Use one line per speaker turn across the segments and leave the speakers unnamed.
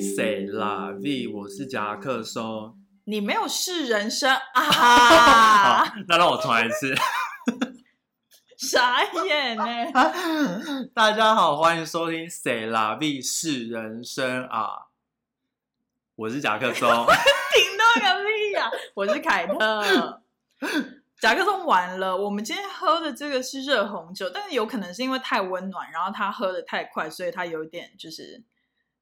谁啦？V，我是夹克松。
你没有是人生
好
啊，，
那让我重来一 次。
傻眼呢、欸
大家好，欢迎收听《谁啦 V 是人生》啊，我是夹克 松。
停到个屁呀、我是凯特。甲克松完了，我们今天喝的这个是热红酒，但是有可能是因为太温暖，然后他喝的太快，所以他有一点就是，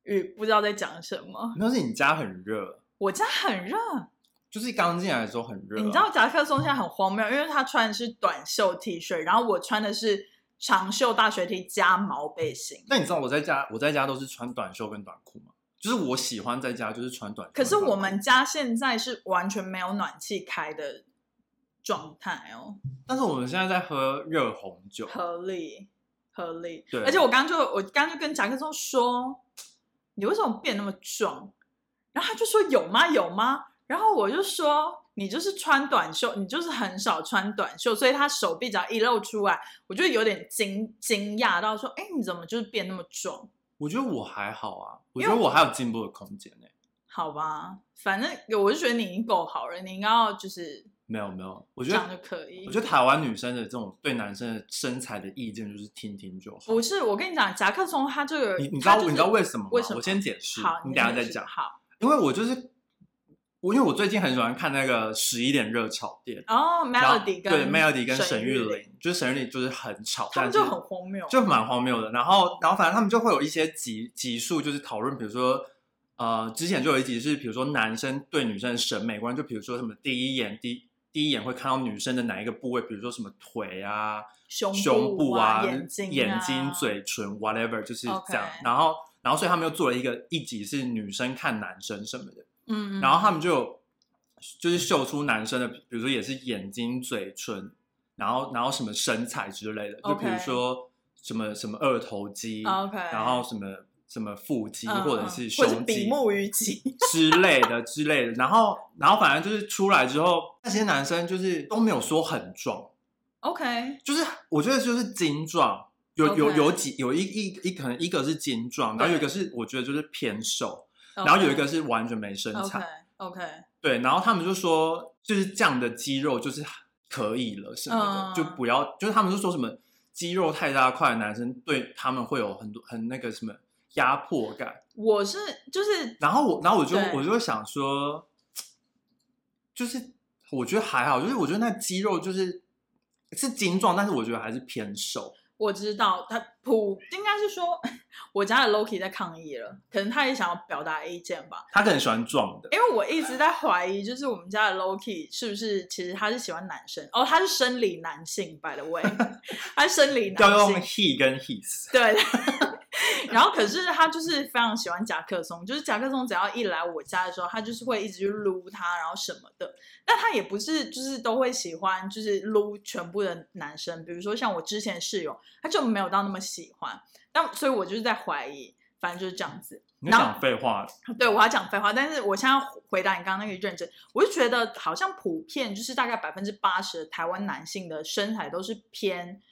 与不知道在讲什么。
那是你家很热，
我家很热，
就是刚进来的时候很热啊、
欸你知道夹克松现在很荒谬，因为他穿的是短袖 T 恤，然后我穿的是长袖大学 T 加毛背心。
那你知道我在家，我在家都是穿短袖跟短裤吗？就是我喜欢在家就是穿短袖
可
跟短
是
裤。
我们家现在是完全没有暖气开的状态哦，
但是我们现在在喝热红酒，
合理合理。
对
而且我刚就我刚就跟夹克松说，你为什么变那么壮？然后他就说有吗有吗？然后我就说你就是穿短袖，你就是很少穿短袖，所以他手臂只要一露出来，我就有点惊惊讶到说，哎，你怎么就是变那么壮？
我觉得我还好啊，我
因
觉
为
得我还有进步的空间欸呢、
好吧，反正我就觉得你已经够好了，你应该要就是
没有没有，我
这
觉
样
得
就可以。
我觉得台湾女生的这种对男生的身材的意见就是听听就好。
不是，我跟你讲，夹克松他这个，
你你知
他
道、
就是
你知道为什么吗？
为什么
我先解释，
好，
你等一下再
解释
讲。
好
因为我就是我，因为我最近很喜欢看那个十一点热炒店
哦
然后
，Melody 跟
对 Melody 跟沈玉
玉，
玲，就是沈玉玲就是很吵，
他
但
们
是
就很荒谬，
就蛮荒谬的。然后，然后反正他们就会有一些集集数，就是讨论，比如说，呃，之前就有一集是，比如说男生对女生的审美观，就比如说什么第一眼第第一眼会看到女生的哪一个部位，比如说什么腿啊、
胸
胸
部
啊、
眼睛、
眼睛、，嘴唇，whatever，就是这样。
OK
然后，然后所以他们又做了一个一集是女生看男生什么的。
嗯，嗯
然后他们就有就是秀出男生的，比如说也是眼睛、嘴唇，然后然后什么身材之类的，就
OK
比如说什么什么二头肌
嗯 OK，
然后什么什么腹肌、
嗯
或者
嗯
是
或是
胸
比
肌
目鱼肌，
之类的之类的，然后然后反正就是出来之后，那些男生就是都没有说很壮，
，OK，
就是我觉得就是精壮。有有
OK
有几有一一一可能一个是精壮，然后有一个是我觉得就是偏瘦， 然后有一个是完全没身材
OK，OK，。OK，
对，然后他们就说，就是这样的肌肉就是可以了什么的，
嗯
就不要，就是他们就说什么肌肉太大块的男生对他们会有很多很那个什么压迫感。
我是就是
然后我，然后我就
对
我就想说，就是我觉得还好，就是我觉得那肌肉就是是精壮，但是我觉得还是偏瘦。
我知道他普应该是说， 我家的 Loki 在抗议了，可能他也想要表达意见吧。
他可能喜欢壮的，
因为我一直在怀疑，就是我们家的 Loki 是不是其实他是喜欢男生哦，他是生理男性，by the way，他 是生理
要
男
用
性，
he 跟 his。
对。 然后可是他就是非常喜欢夹克松，就是夹克松只要一来我家的时候，他就是会一直去撸他，然后什么的。但他也不是就是都会喜欢，就是撸全部的男生，比如说像我之前室友，他就没有到那么喜欢。但所以我就是在怀疑，反正就是这样子。
你
然后
讲废话，
对，我要讲废话，但是我现在回答你刚刚那个认真，我就觉得好像普遍就是大概百分之八十台湾男性的身材都是偏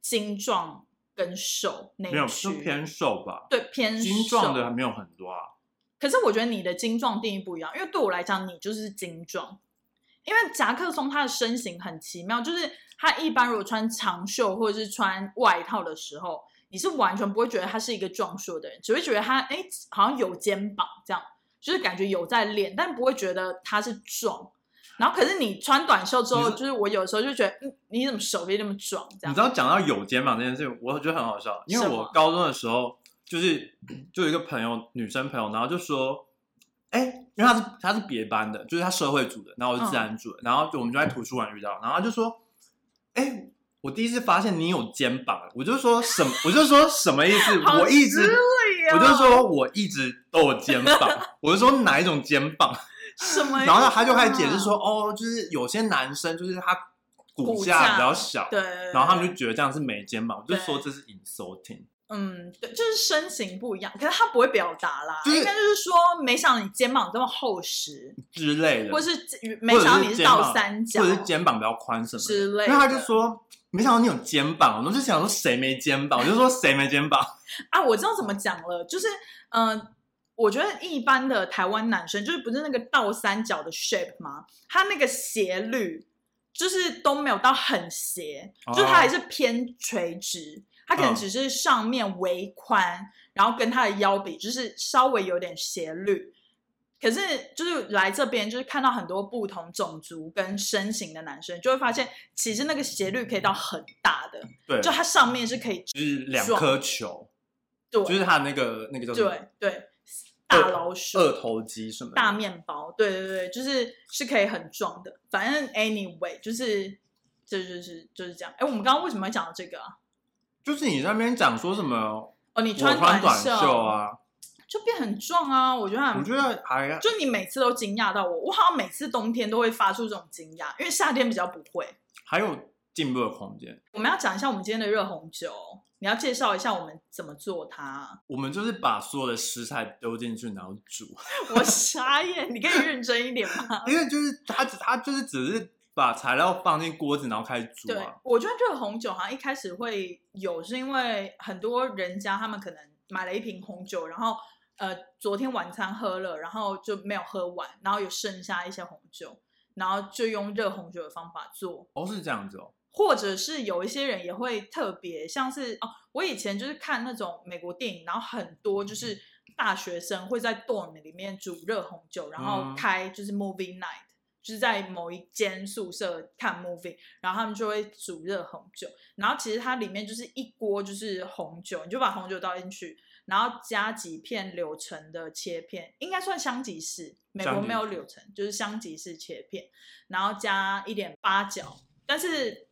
精壮跟瘦那
没有
一
就
区，
偏瘦吧，
对偏
精壮
瘦
的没有很多啊。
可是我觉得你的精壮定义不一样，因为对我来讲，你就是精壮。因为夹克松他的身形很奇妙，就是他一般如果穿长袖或者是穿外套的时候，你是完全不会觉得他是一个壮硕的人，只会觉得他哎好像有肩膀这样，就是感觉有在练，但不会觉得他是壮。然后可是你穿短袖之后，
你是
就是我有时候就觉得，嗯，你怎么手臂那么壮？这
你
样
知道讲到有肩膀这件事情，我觉得很好笑，因为
什么
我高中的时候就是 就有一个朋友，女生朋友，然后就说，哎、因为她是她是别班的，就是她社会组的，然后我是自然
嗯
组的，然后就我们就在图书馆遇到，然后她就说，哎、我第一次发现你有肩膀，我就说什么，我就说什么意思？
好
我一直，
失礼哦
我就说我一直都有肩膀， 我就说哪一种肩膀？
什么意思
然
啊？
后他就开始解释说，哦，就是有些男生就是他骨
骨
架
架
比较小，
对，对，
然后他们
对
就觉得这样是没肩膀，我就
对
说这是 insulting。
嗯，对，就是身形不一样，可是他不会表达啦，
就是
应该就是说，没想到你肩膀这么厚实，
之类的，
或是没想到你是倒三角，
或者是肩膀比较宽什么的
之类的
然后他就说，没想到你有肩膀，我就想 说谁没肩膀，我就说谁没肩膀。
啊，我知道怎么讲了，就是嗯、呃我觉得一般的台湾男生，就是不是那个倒三角的 shape 吗？他那个斜率就是都没有到很斜，
哦
就是他还是偏垂直，他可能
嗯
只是上面微宽，然后跟他的腰比就是稍微有点斜率。可是就是来这边，就是看到很多不同种族跟身形的男生，就会发现其实那个斜率可以到很大的，
对，就
就它上面是可以
是两颗球，
对
就是他那个那个叫什么
对对大老鼠、
二头肌什么的
大面包，对对对，就是是可以很壮的。反正 anyway，就是这就是就是这样。哎，我们刚刚为什么会讲到这个啊？
就是你在那边讲说什么
哦，你
我穿
短
短袖，啊，
就变很壮啊！我觉得
我
很
觉得还
就你每次都惊讶到我，我好像每次冬天都会发出这种惊讶，因为夏天比较不会。
还有进步的空间。
我们要讲一下我们今天的热红酒，你要介绍一下我们怎么做它。啊
我们就是把所有的食材丢进去，然后煮，
我傻眼，你可以认真一点吗？
因为就是他只他就是只是把材料放进锅子，然后开始煮
对
啊。，
我觉得热红酒好像一开始会有，是因为很多人家他们可能买了一瓶红酒，然后呃昨天晚餐喝了，然后就没有喝完，然后有剩下一些红酒，然后就用热红酒的方法做，
哦，是这样子哦。
或者是有一些人也会特别像是哦，我以前就是看那种美国电影，然后很多
嗯
就是大学生会在 dorm 里面煮热红酒，然后
嗯
开就是 movie night，、就是在某一间宿舍看 movie，然后他们就会煮热红酒，然后其实它里面就是一锅就是红酒，你就把红酒倒进去。然后加几片柳橙的切片，应该算香吉士。美国
香吉
没有
士
柳橙，就是香吉士切片，然后加一点八角，但是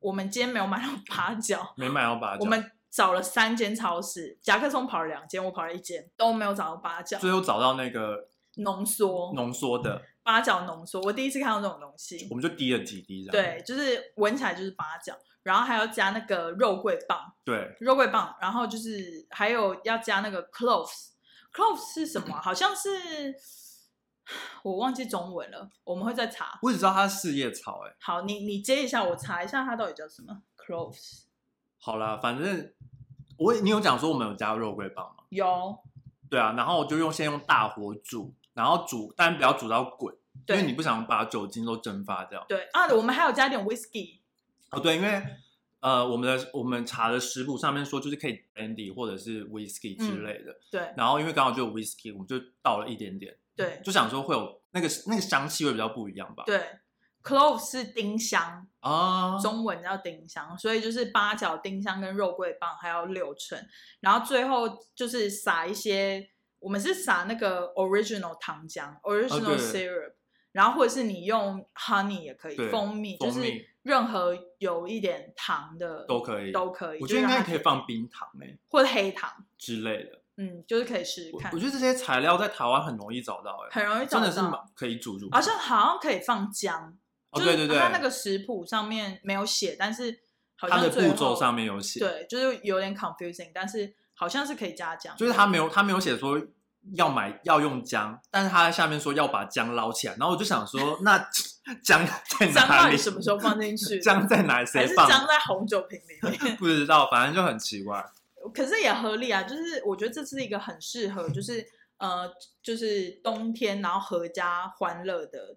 我们今天没有买到 八角，
没买到八角，
我们找了三间超市，夹克松跑了两间，我跑了一间，都没有找到八角
最后找到那个
浓缩
浓缩的，
八角浓缩，我第一次看到这种东西
我，们就滴了几滴这样。
对，就是闻起来就是八角，然后还要加那个肉桂棒，
对
肉桂棒，然后就是还有要加那个 cloves，cloves 是什么啊？好像是我忘记中文了，我们会再查。
我只知道它是四叶草、哎，
好，你你接一下，我查一下它到底叫什么 cloves。
好啦，反正我你有讲说我们有加肉桂棒吗？
有，
对啊，然后我就用先用大火煮，然后煮，但不要煮到滚，因
对
为你不想把酒精都蒸发掉。
对啊，我们还有加点 whisky，
哦，对，因为呃，我们的我们查的食谱上面说就是可以 brandy 或者是 whisky 之
嗯
类的，
对
然后因为刚好就有 whisky，我们就倒了一点点，
对
就想说会有那个那个香气会比较不一样吧。
对，clove 是丁香，
啊，
中文叫丁香，所以就是八角、丁香跟肉桂棒，还有柳橙，然后最后就是撒一些，我们是撒那个 original 糖浆 original
啊对
syrup，、然后或者是你用 honey 也可以，
对
蜂蜜
蜂
就
蜜
是任何有一点糖的
都可以
都可以，
我觉
就
得应
让
该
它
可以放冰糖诶、
或者黑糖，
之类的。
嗯，就是可以试试
我
看
我，觉得这些材料在台湾很容易找到、哎，
很容易找
真
到，
的是蛮可以煮煮。
好像好像可以放姜，
哦，
就是
对对对，
它那个食谱上面没有写，但是好像
它的
最
步
后
骤上面有写，，
对，就是有点 confusing，但是好像是可以加姜，
就是它没有它没有写说要买要用姜，但是它下面说要把姜捞起来，然后我就想说，那 姜在
姜到
哪
底
里？
什么时候放 进去？
姜在哪里？
还
谁
是
放
姜在红酒瓶里面？
不知道，反正就很奇怪。
可是也合理啊，就是我觉得这是一个很适合，就是呃，就是冬天然后合家欢乐的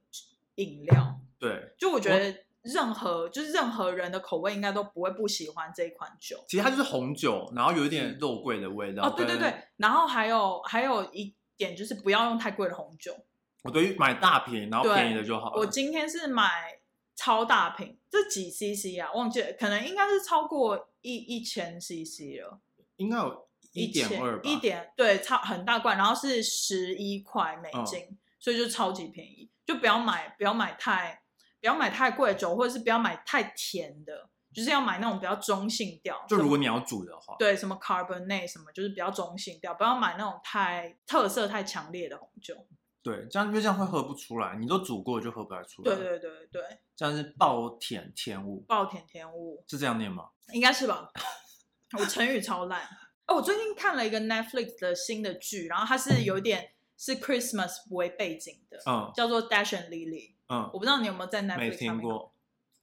饮料，
对，
就我觉
我
得。任何就是任何人的口味应该都不会不喜欢这一款酒，
其实它就是红酒，然后有一点肉桂的味道。
嗯哦，对对
啊跟
对，，然后还有还有一点就是不要用太贵的红酒。
我对于买大瓶，然后
对
便宜的就好
我
了。
今天是买超大瓶，这几 CC 啊？忘记了，可能应该是超过一一千 CC 了，
应该有一点二吧，
一点对，超很大罐，然后是十一块美
嗯
金，所以就超级便宜，就不要买不要买太不要买太贵的酒，或者是不要买太甜的，就是要买那种比较中性调，
就
什么
如果你要煮的话，
对，什么 Carbonate 什么，就是比较中性调，不要买那种太特色太强烈的红酒。
对，这样因为这样会喝不出来，你都煮过就喝不太出来。
对，对对对，
这样是暴殄天物，
暴殄天物
是这样念吗？
应该是吧？我成语超烂。哦，我最近看了一个 Netflix 的新的剧，然后它是有点是 Christmas 为背景的，
嗯
叫做 Dash and Lily。
嗯，
我不知道你有没有在 Netflix
没
上
听
面看
过。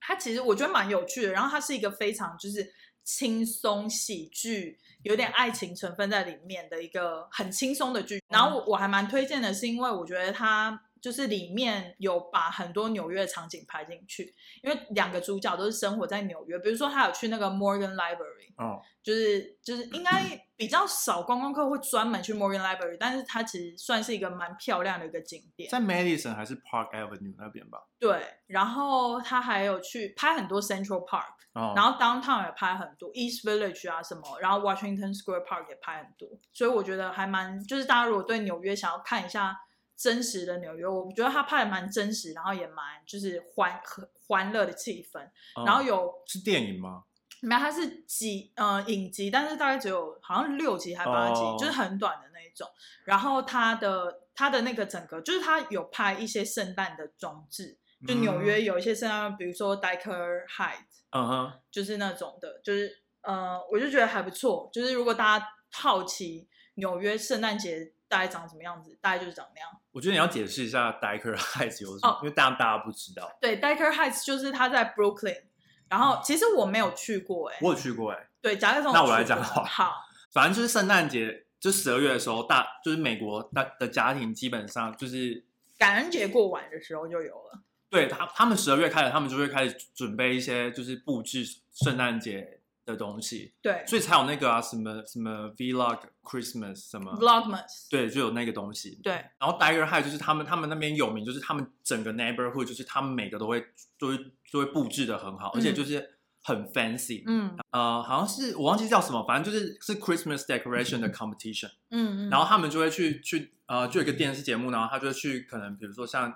它其实我觉得蛮有趣的，然后它是一个非常就是轻松喜剧，有点爱情成分在里面的一个很轻松的剧。然后我我还蛮推荐的，是因为我觉得它就是里面有把很多纽约的场景拍进去，因为两个主角都是生活在纽约，比如说他有去那个 Morgan Library，
哦，
就是就是应该比较少观光客会专门去 Morgan Library，但是它其实算是一个蛮漂亮的一个景点。
在 Madison 还是 Park Avenue 那边吧？
对，然后他还有去拍很多 Central Park，、
哦，
然后 Downtown 也拍很多，East Village 啊什么，然后 Washington Square Park 也拍很多，所以我觉得还蛮，就是大家如果对纽约想要看一下真实的纽约，我觉得他拍的蛮真实，然后也蛮就是欢和欢乐的气氛，
哦
然后有
是电影吗？
没有，它是几呃影集，但是大概只有好像六集还八集
哦
就是很短的那一种。然后它的它的那个整个，就是它有拍一些圣诞的装置，就纽约有一些圣诞，比如说 Diker Height，
嗯哼，
就是那种的，就是呃，我就觉得还不错。就是如果大家好奇纽约圣诞节大概长什么样子，大概就是长那样。
我觉得你要解释一下 Diker Heights 有什么
哦，
因为大家大家不知道，
对，Diker Heights 就是它在 Brooklyn，然后其实我没有去过、欸，哎，
我有去过哎。
对，甲壳虫
那
有
我来
去过
讲好了
好。
反正就是圣诞节，就十二月的时候，大就是美国大的家庭基本上就是
感恩节过完的时候就有了。
对他他们十二月开始，他们就会开始准备一些就是布置圣诞节的东西，
对
所以才有那个啊什么什么 Vlog Christmas 什么。
，Vlogmas，
对，就有那个东西。
对
然后 Tiger High 就是他们，他们那边有名，就是他们整个 neighborhood，就是他们每个都会，都会，都会布置的很好，而且就是很 fancy。
嗯
呃，好像是我忘记叫什么，反正就是是 Christmas decoration 的 competition。
嗯嗯，
然
后
后他们就会去去呃，就有一个电视节目，然后他就会去可能比如说像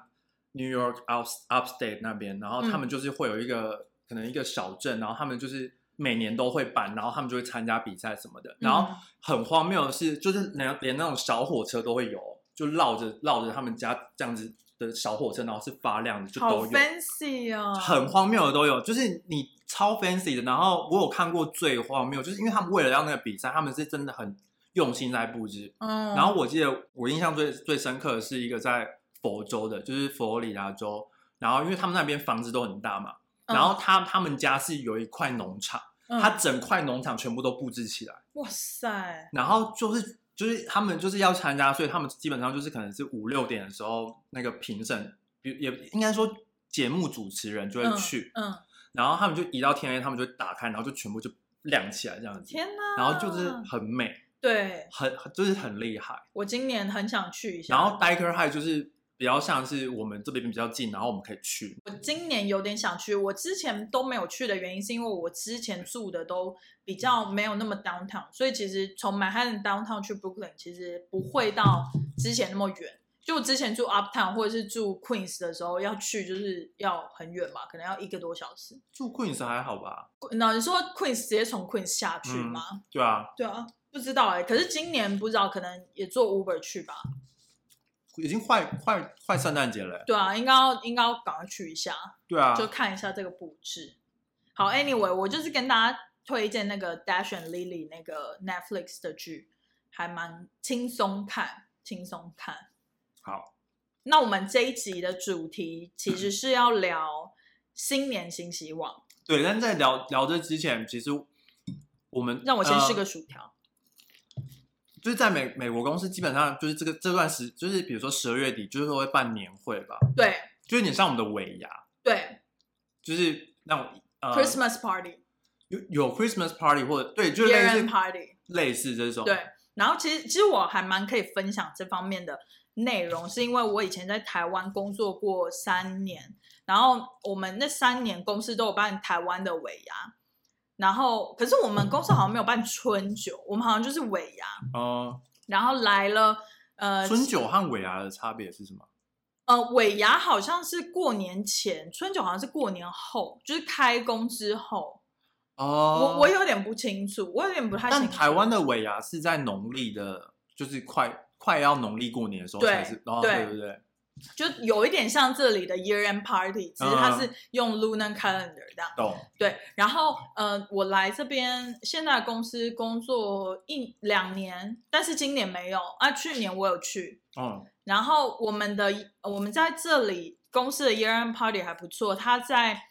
New York up upstate 那边，然后他
嗯
们就是会有一个、可能一个小镇，然后他们就是每年都会办，然后他们就会参加比赛什么的。然后
嗯
很荒谬的是，就是连连那种小火车都会有，就绕着绕着他们家这样子的小火车，然后是发亮的，就
好
都有。
fancy 哦，
很荒谬的都有，就是你超 fancy 的。然后我有看过最荒谬，就是因为他们为了要那个比赛，他们是真的很用心在布置。
嗯，
然后我记得我印象最最深刻的是一个在佛州的，就是佛罗里达州。然后因为他们那边房子都很大嘛，
嗯
然后他他们家是有一块农场，
嗯
他整块农场全部都布置起来。
哇塞，
然后就是就是他们就是要参加，所以他们基本上就是可能是五六点的时候，那个评审，比也应该说节目主持人就会
嗯
去，
嗯，
然后他们就移到天黑，他们就打开，然后就全部就亮起来这样子，
天哪，
然后就是很美，
对
很就是很厉害。
我今年很想去一下，
然后 Diker High 就是比较像是我们这边比较近，然后我们可以去。
我今年有点想去，我之前都没有去的原因是因为我之前住的都比较没有那么 downtown，所以其实从 Manhattan downtown 去 Brooklyn 其实不会到之前那么远。就我之前住 uptown 或者是住 Queens 的时候，要去就是要很远嘛，可能要一个多小时。
住 Queens 还好吧？
那你说 Queens 直接从 Queens 下去
嗯
吗？
对啊，
对啊，不知道哎、可是今年不知道，可能也坐 Uber 去吧。
已经快快快圣诞节了欸。
对啊，应该要应该要赶快去一下。
对啊，
就看一下这个布置。好，Anyway，我就是跟大家推荐那个《Dash and Lily》那个 Netflix 的剧，还蛮轻松看，轻松看。
好，
那我们这一集的主题其实是要聊新年新希望。
对。但在聊聊这之前，其实我们
让我先
呃
吃个薯条。
就是在美美国公司基本上就是这个这段时，就是比如说十二月底，就是会办年会吧，
对
就有点像我们的尾牙，
对、
就是那种呃
c h r i s t m a s Party，
有有 Christmas party 或者对，就是
别
类
人
似
Party。
类似这种
对，然后其实其实我还蛮可以分享这方面的内容，是因为我以前在台湾工作过三年，然后我们那三年公司都有办台湾的尾牙，然后可是我们公司好像没有办春酒，我们好像就是尾牙，
哦、
然后来了呃
春酒和尾牙的差别是什么？
呃尾牙好像是过年前，春酒好像是过年后，就是开工之后，
哦、
我我有点不清楚，我有点不太清
但
楚。
台湾的尾牙是在农历的，就是快快要农历过年的时候
对
才是，哦，对
对
对对，
就有一点像这里的 Year End Party，只是它
嗯
是用 Lunar Calendar 这样。
懂，
对，然后呃，我来这边现在公司工作一两年，但是今年没有啊，去年我有去。
嗯，
然后我们的我们在这里公司的 Year End Party 还不错，它在。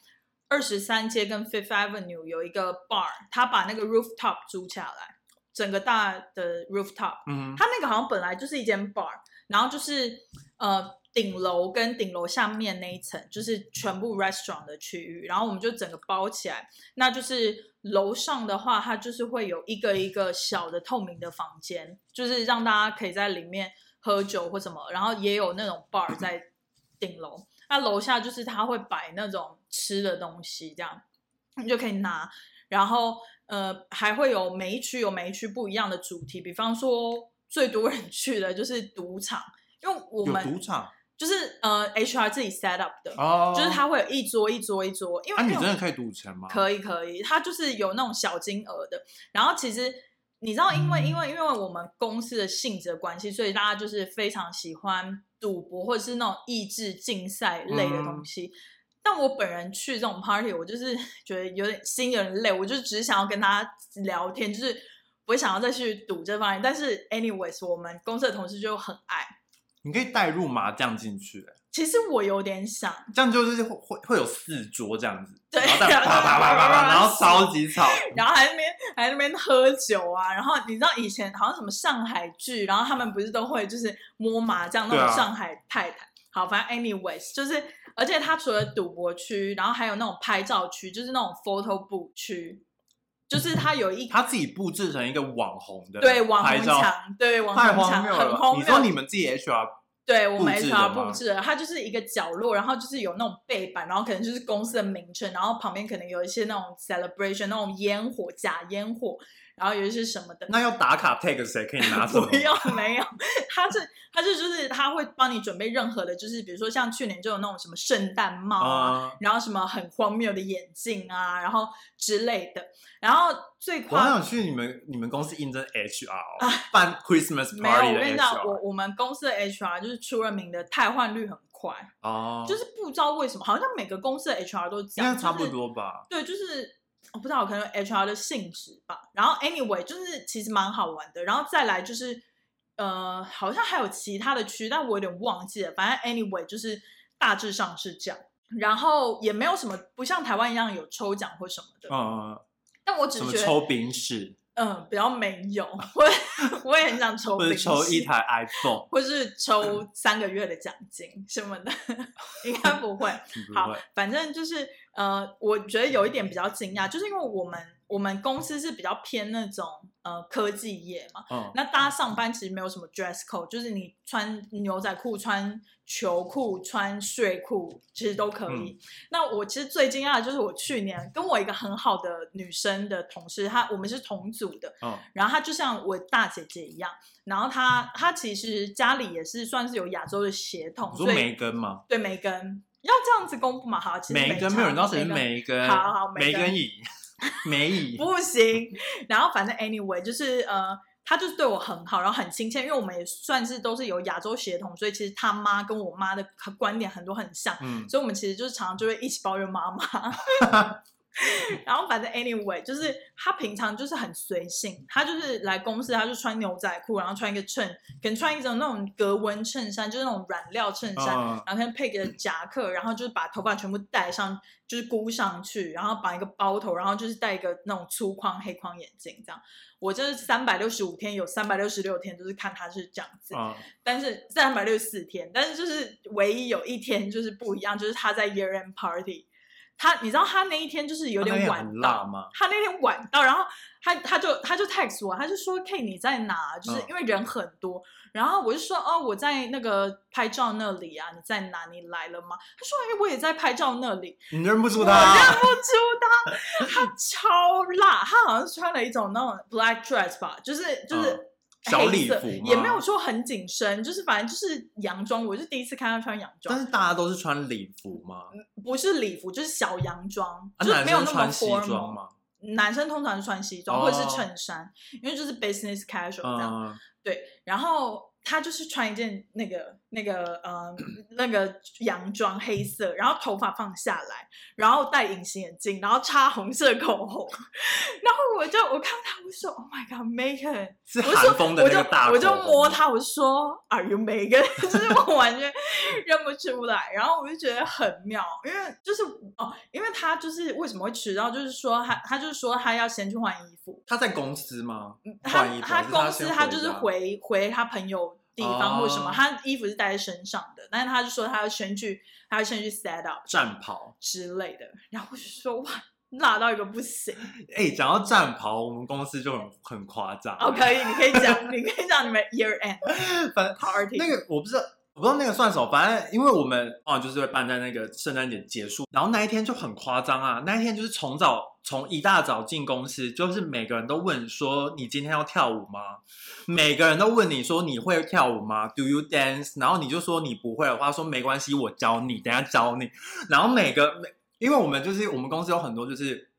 二十三街跟 Fifth Avenue 有一个 bar，他把那个 rooftop 租下来，整个大的 rooftop，
嗯哼，
他那个好像本来就是一间 bar，然后就是呃顶楼跟顶楼下面那一层就是全部 restaurant 的区域，然后我们就整个包起来。那就是楼上的话，它就是会有一个一个小的透明的房间，就是让大家可以在里面喝酒或什么，然后也有那种 bar 在顶楼。那楼下就是他会摆那种吃的东西，这样你就可以拿。然后呃，还会有每一区有每一区不一样的主题，比方说最多人去的就是赌场，因为我
有赌
们
场
就是呃 HR 自己 set up 的，
哦，
就是它会有一桌一桌一桌，因为
啊，你
因为我
真的可以赌钱吗？以，
可以可以，它就是有那种小金额的。然后其实你知道，因为因为因为我们公司的性质的关系，所以大家就是非常喜欢赌博或者是那种益智竞赛类的东西。但我本人去这种 party，我就是 觉得有点心有点累，我就只想要跟大家聊天，就是不会想要再去赌这方面。但是，anyways，我们公司的同事就很爱。
你可以带入麻将进去、欸
其实我有点想，
这样就是会会会有四桌这样子，
对
然后再啪啪啪啪啪啪，然后超级 吵，
然后还在那边还在那边喝酒啊，然后你知道以前好像什么上海剧，然后他们不是都会就是摸麻将那
对
种
啊
上海太太。好，反正 anyways 就是，而且它除了赌博区，然后还有那种拍照区，就是那种 photo booth 区，就是它有一
他自己布置成一个网红的
对网
拍
红
照，
墙，对网
太
红
荒
墙，
谬
很
了
荒
吧。
谬。
你说你们自己 HR
对我们
布置的
HR
吗
布置的，它就是一个角落，然后就是有那种背板，然后可能就是公司的名称，然后旁边可能有一些那种 celebration 那种烟火假烟火，然后有一些什么的。
那要打卡 tag 谁可以 拿什么
不？要，没有，他是他是就是他会帮你准备任何的，就是比如说像去年就有那种什么圣诞帽啊，
啊、
然后什么很荒谬的眼镜啊，然后之类的。然后最
我好
夸
想去你们你们公司应征 HR，、哦办 Christmas
啊没有，
party
我
的
跟你
HR
讲，我我们公司的 HR 就是出了名的汰换率很快，
哦，
就是不知道为什么，好像每个公司的 HR 都这
应
样，
该差不
就是
多吧。
对，就是我不知道，可能 HR 的性质吧。然后 anyway，就是其实蛮好玩的。然后再来就是，呃，好像还有其他的区，但我有点忘记了。反正 anyway，就是大致上是这样。然后也没有什么，不像台湾一样有抽奖或什么的。
嗯，
但我只
什
是
么
觉得，
抽冰室，
嗯，比较没有。我也我也很想抽
或
冰
者
室，
抽一台 iPhone，
或是抽三个月的奖金什么的， 应该不会。
不
好
会，嗯
反正就是呃，我觉得有一点比较惊讶，就是因为我们我们公司是比较偏那种呃科技业嘛，
嗯，
那大家上班其实没有什么 dress code，就是你穿牛仔裤、穿球裤、穿睡裤，其实都可以。
嗯
那我其实最惊讶的就是我去年跟我一个很好的女生的同事，她我们是同组的，
嗯，
然后她就像我大姐姐一样，然后她她其实家里也是算是有亚洲的血统，
你说
所以
梅根吗？
对梅根，要这样子公布嘛？好，其实
梅根，
差
没有人知道谁是
根
梅根。
好好梅
梅
根
根乙，梅乙，
不行。然后反正 anyway 就是呃，他就是对我很好，然后很亲切，因为我们也算是都是有亚洲血统，所以其实他妈跟我妈的观点很多很像，
嗯，
所以我们其实就是常常就会一起抱怨妈 妈。然后反正 anyway 就是他平常就是很随性，他就是来公司他就穿牛仔裤，然后穿一个衬，可能穿一种那种格纹衬衫，就是那啊种软料衬衫，
嗯
然后先配个夹克，然后就是把头发全部戴上，就是箍上去，然后绑一个包头，然后就是戴一个那种粗框黑框眼镜这样。我这三百六十五天有三百六十六天都是看他是这样子，
嗯，
但是三百六十四天，但是就是唯一有一天就是不一样，就是他在 year end party。他，你知道他那一天就是有
他那
点
天
晚
很
到
辣，吗？
他那天晚到，然后他他就他就 text 我，他就说 K 你在哪？啊就是
嗯
因为人很多，然后我就说哦我在那个拍照那里啊，你在哪？你来了吗？他说哎我也在拍照那里，
你认不出
我认
他？啊
不出他，他超辣，他好像穿了一种那种 black dress 吧，就是就是。
嗯小礼
黑色
服吗
也没有说很紧身，就是反正就是洋装，我是第一次看他穿洋
但
装，
是大家都是穿礼服吗？
不是礼服，就是小洋装，
啊，
嗯就是
男
没有
生
那么
穿西
formal。
装吗？
男生通常是穿西装、
哦
或者是衬衫，因为就是 business casual 这样。
嗯，
对，然后她就是穿一件那个那个呃那个洋装，黑色，然后头发放下来，然后戴隐形眼镜，然后擦红色口红， 然后我就我看她，我说 Oh my God, Megan，
是
我说
韩风的那个大
我就我
口
就
红
摸他，我说 Are you Megan？就是 我完全认不出来，然后我就觉得很妙，因为就是哦，因为他就是为什么会迟到，就是说他他就是说他要先去换衣服，
他在公司吗？
嗯他
换衣服
他
还是他
公司
先
他
回
就是
家
回回他朋友地方
哦
或什么，他衣服是带在身上的，但是他就说他要先去他要先去 set up
战袍，
之类的，然后我就说哇。辣到一个不行
哎、讲到战袍，我们公司就很很夸张。
哦！ 可以，你可以讲，你可以讲你们 year end
反正
party
那个我不知道，我不知道那个算什么，反正因为我们哦，就是会办在那个圣诞节结束，然后那一天就很夸张啊，那一天就是从早从一大早进公司，就是每个人都问说你今天要跳舞吗？每个人都问你说你会跳舞吗？Do you dance？然后你就说你不会的话，说没关系，我教你，等一下教你。然后每个每，因为我们就是我们公司有很多就是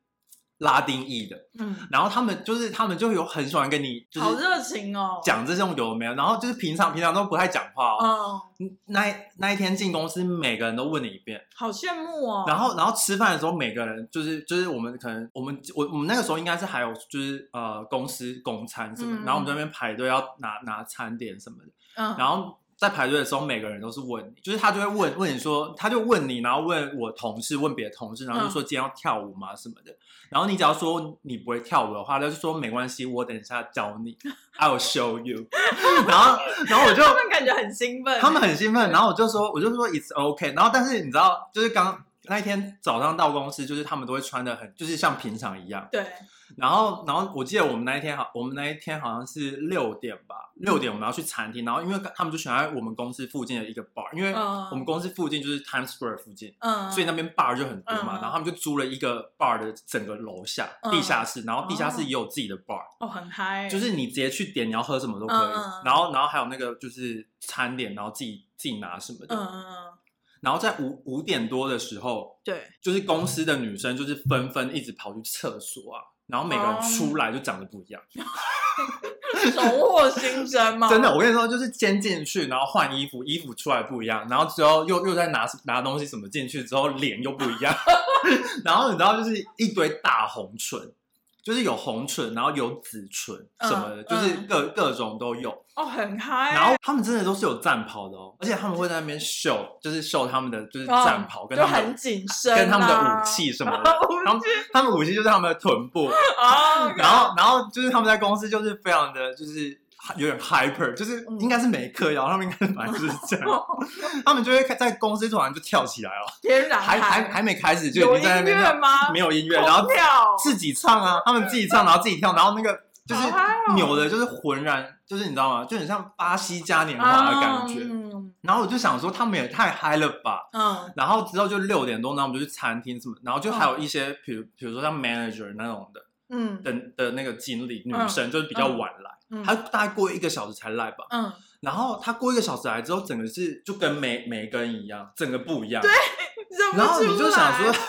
拉丁裔的，
嗯，
然后他们就是他们就有很喜欢跟你就
好
是
热情哦，
讲这种有的没有，然后就是平常平常都不太讲话哦。
嗯，
那一那一天进公司，每个人都问你一遍，
好羡慕哦。
然后然后吃饭的时候，每个人就是就是我们可能我们我我们那个时候应该是还有就是呃公司供餐什么的，
嗯
然后我们在那边排队要拿拿餐点什么的，
嗯，
然后在排队的时候，每个人都是问你，就是他就会问问你说，他就问你，然后问我同事，问别的同事，然后
嗯
就说今天要跳舞吗什么的，然后你只要说你不会跳舞的话，他就说没关系，我等一下教你，I'll show you，然 后然后我就
他们感觉很兴奋，
他们很兴奋，然后我就说，我就说 it's OK。然后但是你知道，就是刚那一天早上到公司，就是他们都会穿的很，就是像平常一样。
对，
然后，然后我记得我们那一天好，我们那一天好像是六点吧，六点我们要去餐厅，然后因为他们就选在我们公司附近的一个 bar，因为
嗯
我们公司附近就是 Times Square 附近。
嗯，
所以那边 bar 就很多嘛，
嗯
然后他们就租了一个 bar 的整个楼下
嗯
地下室，然后地下
哦
室也有自己的 bar，
哦很嗨，
就是你直接去点，你要喝什么都可以。
嗯嗯嗯
然后，然后还有那个就是餐点，然后自己自己拿什么的。
嗯嗯嗯，
然后在五五点多的时候，
对，
就是公司的女生就是纷纷一直跑去厕所啊，然后每个人出
哦
来就长得不一样。
手握新生嘛，
真的，我跟你说，就是先进去，然后换衣服，衣服出来不一样，然后之后又又再拿拿东西什么进去之后，脸又不一样。 然后你知道，就是一堆大红唇。就是有红唇，然后有紫唇什么的，
嗯
就是
嗯
各、各种都有。
哦很嗨，
然后他们真的都是有战袍的哦，而且他们会在那边秀，就是秀他们的就是
嗯
战袍跟
就
他们
很
的
紧身啊，。
跟他们的武器什么的
武器
他们他们武器就是他们的臀部，
哦，
然后然后就是他们在公司就是非常的就是有点 hyper，就是
嗯哦
应该是没嗑药，他们应该是反正就是这样， 他们就会在公司突然就跳起来哦，
天然
还还
嗨
还没开始就已
啊有
经在那
音
边
乐
跳，
吗？哦
没有音乐，然后
空跳
自己唱啊，他们自己唱，然后自己跳，然后那个就是
哦好嗨哦
扭的，就是浑然，就是你知道吗？就很像巴西嘉年华的感觉。
嗯
然后我就想说，他们也太嗨了吧！
嗯
然后之后就六点多，然后我们就去餐厅什么，然后就还有一些，比如比如说像 manager 那种的
嗯
的的那个经理女
嗯
生，就是比较晚来，
嗯
她大概过一个小时才来吧。
嗯，
然后她过一个小时来之后，整个是就跟没没跟一样，整个不一样。
忍不
然后你就
住
想
来
说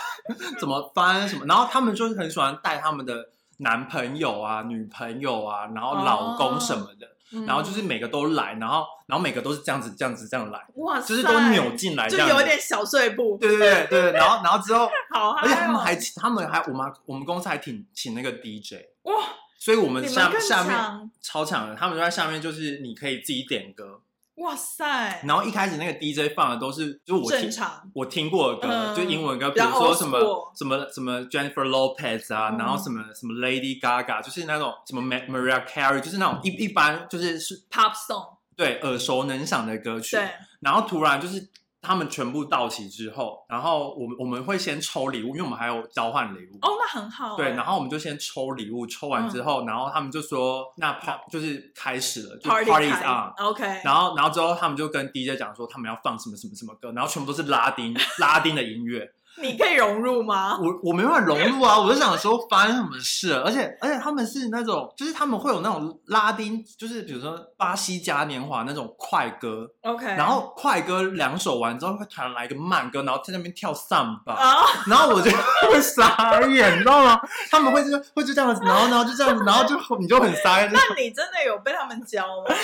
怎么翻什么，然后他们就是很喜欢带他们的男朋友啊、女朋友啊，然后老公什么的，
嗯
然后就是每个都来，然后然后每个都是这样子、这样子、这样来，
哇塞，
就是都扭进来这
就
样子，
有点小碎步，
对对对对，然后然后之 后，
好嗨哦，
而且他们还请他们还我们还我们公司还请请那个 DJ，
哦哇，
所以我们
你
下
们更
下面
强，
超强的，他们就在下面就是你可以自己点歌，
哇塞，
然后一开始那个 DJ 放的都是就是我
正
听
常。
我听过的歌，
嗯
就英文歌，
比
比
较
如说
old
什么
school
什么什么 Jennifer Lopez 啊，
嗯
然后什么什么 Lady Gaga，就是那种什么 Ma- Mariah Carey，就是那种
嗯
一一般就是是
pop song，
对耳熟能详的歌曲。
对，
然后突然就是他们全部到齐之后，然后我们我们会先抽礼物，因为我们还有交换礼物。
哦，那很好欸、
对，然后我们就先抽礼物，抽完之后，然后他们就说那 p 就是开始了，就
party
party is
time
on。
OK，
然后，然后之后他们就跟 DJ 讲说他们要放什么什么什么歌，然后全部都是拉丁 拉丁的音乐，
你可以融入吗？
我我没办法融入啊，我就想说发生什么事了，而且而且他们是那种，就是他们会有那种拉丁，就是比如说巴西嘉年华那种快歌，
OK，
然后快歌两首完之后会突然来一个慢歌，然后在那边跳上吧，
啊，
然后我就会傻眼，你知道吗？他们会就会就这样子，然后然后就这样子，然后就你就很傻眼，就
那你真的有被他们教吗？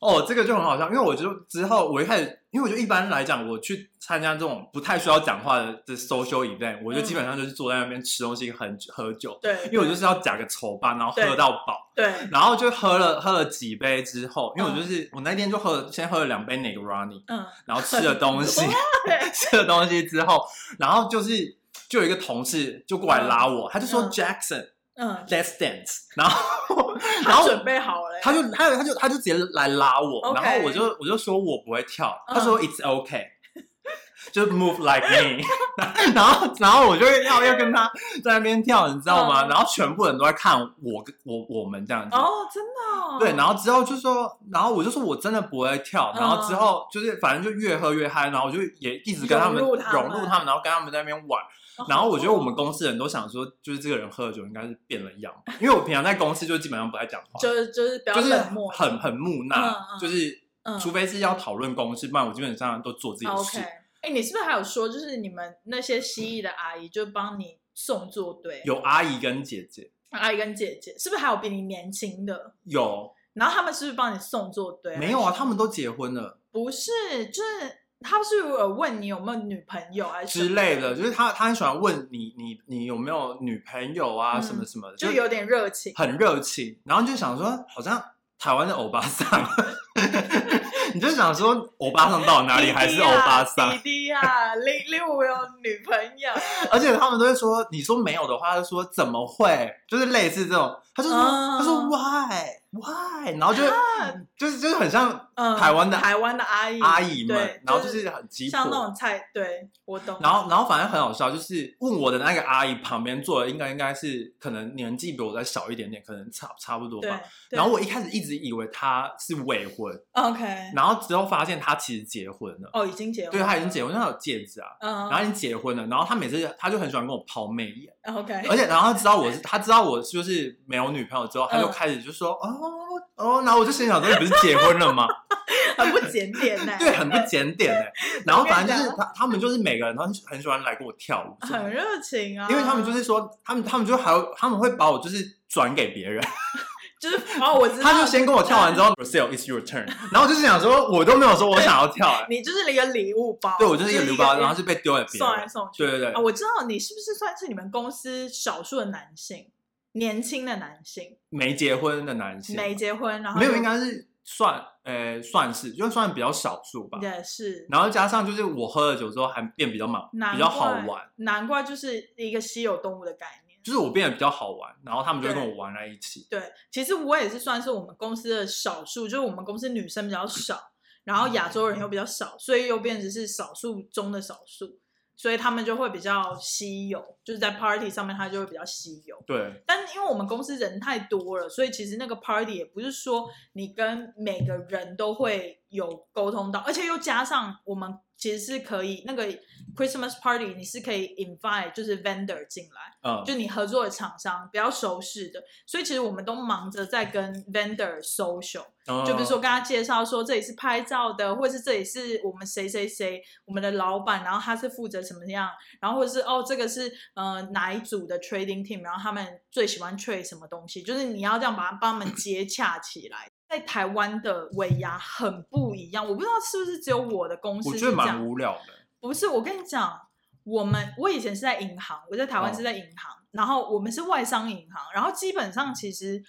哦，这个就很好笑，因为我就之后我一开始，因为我就一般来讲，我去参加这种不太需要讲话的的 social event，我就基本上就是坐在那边吃东西、很喝酒，
对，
因为我就是要假个丑吧，然后喝到饱，
对，
然后就喝了喝了几杯之后，因为我就是、我那天就喝了先喝了两杯 n e g r a n i
嗯，
然后 吃了东西，吃了东西之后，然后就是就有一个同事就过来拉我，他就说
嗯
Jackson、
嗯，
Let's dance，然后然
他
后
准备好了，
他就他他就他就直接来拉我
OK
然后我就我就说我不会跳，
嗯
他说 It's OK，、就是 move like me，然 后然后我就要要跟他在那边跳，你知道吗？
嗯
然后全部人都在看我跟我我们这样子。
哦，真的哦，
对，然后之后就说，然后我就说我真的不会跳，
嗯
然后之后就是反正就越喝越嗨，然后我就也一直跟他们
融入他们
入他们，然后跟他们在那边玩，
哦
然后我觉得我们公司人都想说，就是这个人喝了酒应该是变了样，因为我平常在公司就基本上不爱讲话，
哦就是就是比较
就是
冷漠，
很很木讷，
嗯嗯
就是
嗯
除非是要讨论公事，不然我基本上都做自己的
OK
事。。
哎，你是不是还有说，就是你们那些蜥蜴的阿姨就帮你送作对，
有阿姨跟姐姐，
阿姨跟姐姐，是不是还有比你年轻的？
有
然后他们是不是帮你送作对？
没有啊？
还是
他们都结婚了
不是，就是他是不是有问你有没有女朋友还是什么
之类的，，就是他他很喜欢问你你你有没有女朋友啊
嗯
什么什么的，
就有点热情。
很热情，然后就想说好像台湾的欧巴桑， 你就想说欧巴桑到 哪里还是欧巴桑
弟，弟啊，零六我有女朋友，
而且他们都会说你说没有的话，他就说怎么会，就是类似这种，他就说、
嗯
他说 why why，然后就、
啊
就是就是很像
嗯，
台湾的
台湾的阿姨
阿姨们
对，
然后就
就是
很鸡
像那
婆。
种菜，对我懂。
然后，然后反正很好笑，就是问我的那个阿姨旁边坐的应该应该是可能年纪比我再小一点点，可能差差不多
对
吧。，
对
然后我一开始一直以为她是未婚，
OK，
然后之后发现她其实结婚了，
哦，已经结婚，
对，她已经结，婚，她有戒指啊，
嗯，
然后已经结婚了。然后她每次她就很喜欢跟我抛媚眼，
后 OK，
而且然后他知道我是，他知道我就是没有女朋友之后，他就
嗯
开始就说、哦哦，然后我就心想说你不是结婚了吗？
很不检点呢，
对，很不检点哎、然后反正就
我
是他他们就是每个人都很很喜欢来跟我跳舞，
很热情啊，
因为他们就是是说他们他们就还有他们会把我就是转给别人，
就是，哦，我知道，
他就先跟我跳完之后 r o s e l it's your turn，然后我就是想说我都没有说我想要跳哎、
你就是一个礼物包，
对我就是一个
礼
流
物
包，然后是被丢给别
送来
人，
送去。
对对对
啊，我知道你是不是算是你们公司少数的男性，年轻的男性，
没结婚的男性，
没结婚，然后
没有应该是算呃算是就算比较少数吧，
也是，
然后加上就是我喝了酒之后还变比较忙，
难怪
比较好玩，，
难怪就是一个稀有动物的概念。
就是我变得比较好玩，然后他们就会
对
跟我玩在一起。
对，其实我也是算是我们公司的少数，就是我们公司女生比较少，然后亚洲人又比较少，所以又变成是少数中的少数，所以他们就会比较稀有，就是在 party 上面他就会比较稀有。
对，
但因为我们公司人太多了，所以其实那个 party 也不是说你跟每个人都会有沟通到，而且又加上我们其实是可以那个 Christmas party 你是可以 invite 就是 vendor 进来，
嗯，
就你合作的厂商比较熟识的，所以其实我们都忙着在跟 vendor social，
嗯
就比如说跟他介绍说这里是拍照的，或者是这里是我们谁谁谁，我们的老板，然后他是负责什么样，然后或者是哦这个是呃哪一组的 trading team，然后他们最喜欢 trade 什么东西，就是你要这样把它帮他们接洽起来。在台湾的尾牙很不一样，我不知道是不是只有我的公司
我
是
觉
这
得
样
蛮，无聊的。
不是，我跟你讲，我们我以前是在银行，我在台湾
哦
是在银行，然后我们是外商银行，然后基本上其实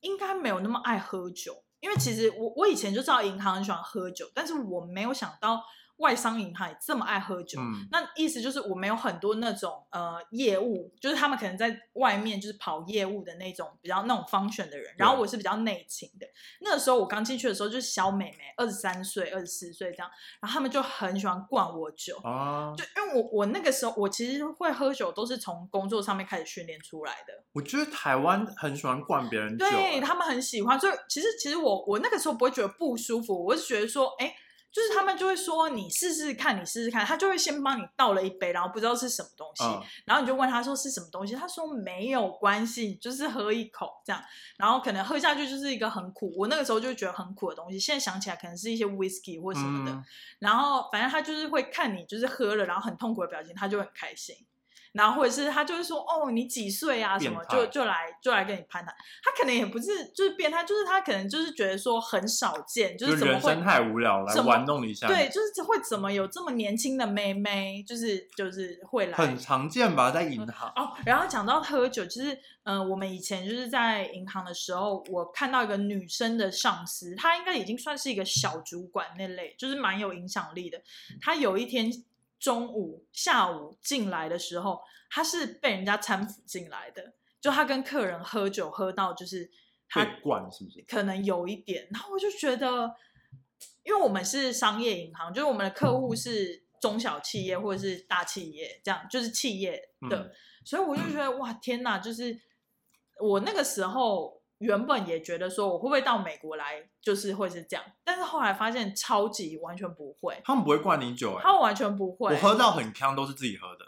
应该没有那么爱喝酒，因为其实我我以前就知道银行很喜欢喝酒，但是我没有想到外商银行也这么爱喝酒。
嗯，
那意思就是我们有很多那种呃业务，就是他们可能在外面就是跑业务的那种比较那种方选的人，然后我是比较内勤的。那个时候我刚进去的时候就是小美眉，二十三岁、二十四岁这样，然后他们就很喜欢灌我酒。
啊，
就因为我我那个时候我其实会喝酒，都是从工作上面开始训练出来的。
我觉得台湾很喜欢灌别人酒，
对
哎
他们很喜欢，所以其实其实我我那个时候不会觉得不舒服，我是觉得说，哎，就是他们就会说你试试看，你试试看，他就会先帮你倒了一杯，然后不知道是什么东西，
嗯
然后你就问他说是什么东西，他说没有关系，就是喝一口这样，然后可能喝下去就是一个很苦，我那个时候就觉得很苦的东西，现在想起来可能是一些 whisky 或什么的，
嗯
然后反正他就是会看你就是喝了，然后很痛苦的表情，他就很开心。然后或者是他就会说哦你几岁啊什么，
变态
就就来就来跟你攀谈。他可能也不是就是变态，就是他可能就是觉得说很少见，就
就是
怎么
人
会
生太无聊了，来
怎么
玩弄一下，
对，，就是会怎么有这么年轻的妹妹，就是就是会来
很常见吧，在银行。
哦，然后讲到喝酒，就是嗯、呃我们以前就是在银行的时候，我看到一个女生的上司，她应该已经算是一个小主管那类，就是蛮有影响力的。她有一天中午、下午进来的时候，她是被人家搀扶进来的，就她跟客人喝酒喝到就是她
被灌是不是？
可能有一点，然后我就觉得，因为我们是商业银行，就是我们的客户是中小企业或者是大企业，这样就是企业的，
嗯
所以我就觉得哇，天哪！就是我那个时候原本也觉得说，我会不会到美国来就是会是这样，但是后来发现超级完全不会，
他们不会灌你酒哎、
他完全不会，
我喝到很呛都是自己喝的，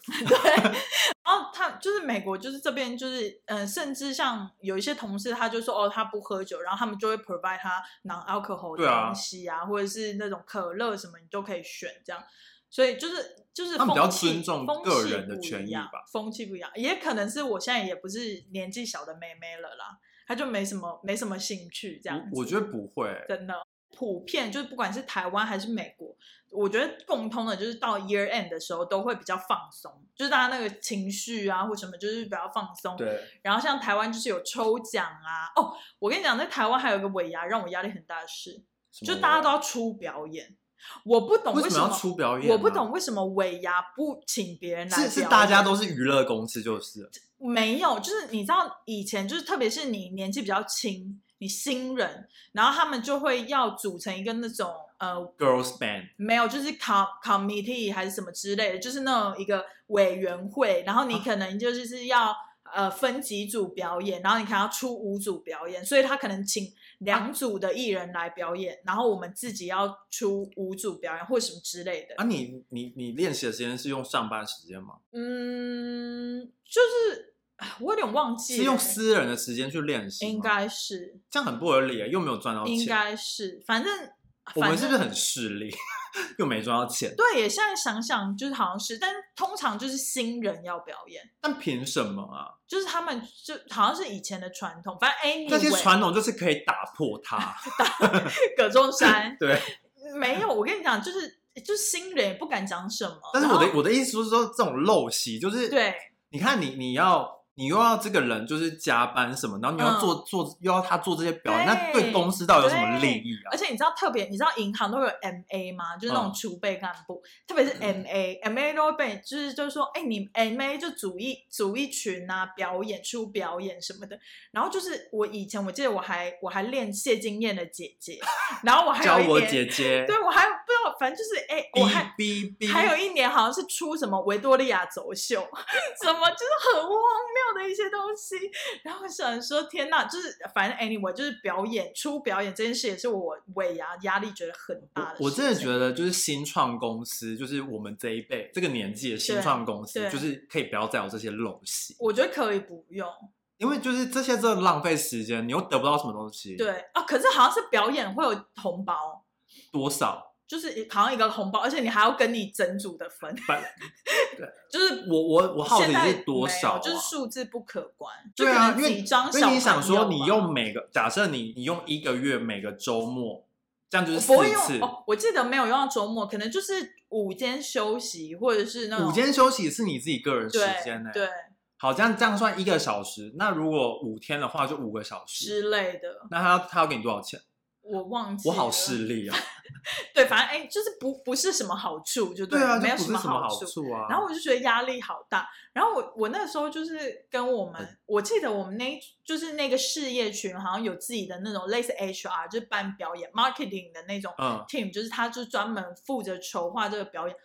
然后他就是美国，就是这边就是，嗯、甚至像有一些同事，他就说哦，他不喝酒，然后他们就会 provide 他 non alcohol
对
的
啊
东西啊，或者是那种可乐什么，你都可以选这样。所以就是就是
他们比较
风气
尊重
风
个
气
人的
不一
权益
样
吧，
风气不一样，也可能是我现在也不是年纪小的妹妹了啦，她就没什么没什么兴趣这样子
我我觉得不会、
真的普遍就是不管是台湾还是美国，我觉得共通的就是到 year end 的时候都会比较放松，就是大家那个情绪啊或什么就是比较放松。
对，
然后像台湾就是有抽奖啊，哦，我跟你讲，在台湾还有一个尾牙让我压力很大的事，就大家都要出表演，我不懂
为
什
什么要出表演、
我不，懂为什么尾牙不请别人来
是是
表
大
演
家都是娱乐公司就是了，
没有，就是你知道以前就是特别是你年纪比较轻，你新人，然后他们就会要组成一个那种呃
girls band，
没有，就是 com committee 还是什么之类的，就是那种一个委员会，然后
啊
你可能就是要、呃分几组表演，然后你可能要出五组表演，所以他可能请两组的艺人来表演，然后我们自己要出五组表演或什么之类的。
啊你，你你练习的时间是用上班时间吗？
嗯，就是我有点忘记了，
是用私人的时间去练习吗？
应该是
这样很不合理、啊又没有赚到钱。
应该是，反正
我
反
们
正
是不是很势利， 又没赚到钱？
对？也现在想想就是好像是，但通常就是新人要表演，
但凭什么啊？
就是他们就好像是以前的传统，反正 anyway
那些传统就是可以打破它。
葛中山
对，
没有，我跟你讲，就是就是新人也不敢讲什么，
但是我
然
的
后
我的意思是说，这种陋习就是，
对
你看你你要你又要这个人就是加班什么，然后你要
嗯
做、做又要他做这些表演，
对
那对公司到底有什么利益啊
而？且你知道特别，你知道银行都有 MA 吗？就是那种
嗯
储备干部，特别是 MA，MA、MA 都会被就是就是说，哎、你 MA 就组一组一群啊，表演出表演什么的。然后就是我以前我记得我还我还练谢金燕的姐姐，然后我还
教
有一
我
年，
姐 姐，
对我还不知道，反正就是哎、我还
哔哔哔，
还有一年好像是出什么维多利亚走秀，什么就是很荒谬的一些东西。然后我想说，天呐，就是反正 anyway，就是表演出表演这件事也是我尾牙压力觉得很大的
我我真的觉
得
得，就是新创公司，就是我们这一辈这个年纪的新创公司，
对
就是可以不要再有这些陋习，
我觉得可以不用。
因为就是这些真的浪费时间，你又得不到什么东西，，
对啊，可是好像是表演会有红包。
多少？
就是好像一个红包，而且你还要跟你整组的分，
反
就是
我我我好奇
现在
是多少、
没
啊，
有就是数字不可观，
对啊，因
就可能
为
几张小
因为你想
朋友
说，你
吧
用每个假设你你用一个月每个周末，这样就是
我
四
不会
次
用。哦，我记得没有用到周末，可能就是午间休息或者是那种
午间休息是你自己个人时
对
间呢、
对
好，这样这样算一个小时。那如果五天的话，就五个小时。
之类的，
那他他要给你多少钱？
我忘记
我好
了
势利 啊！
对，反正哎，就是不不是什么好处，就
对
了
啊，这
没有
不是
么
什么
好
好处啊。
然后我就觉得压力好大。然后我我那时候就是跟我
嗯
们，我记得我们那一就是那个事业群好像有自己的那种类似 HR，就是办表演 marketing 的那种
嗯
team，、就是他就是专门负责筹划这个表演。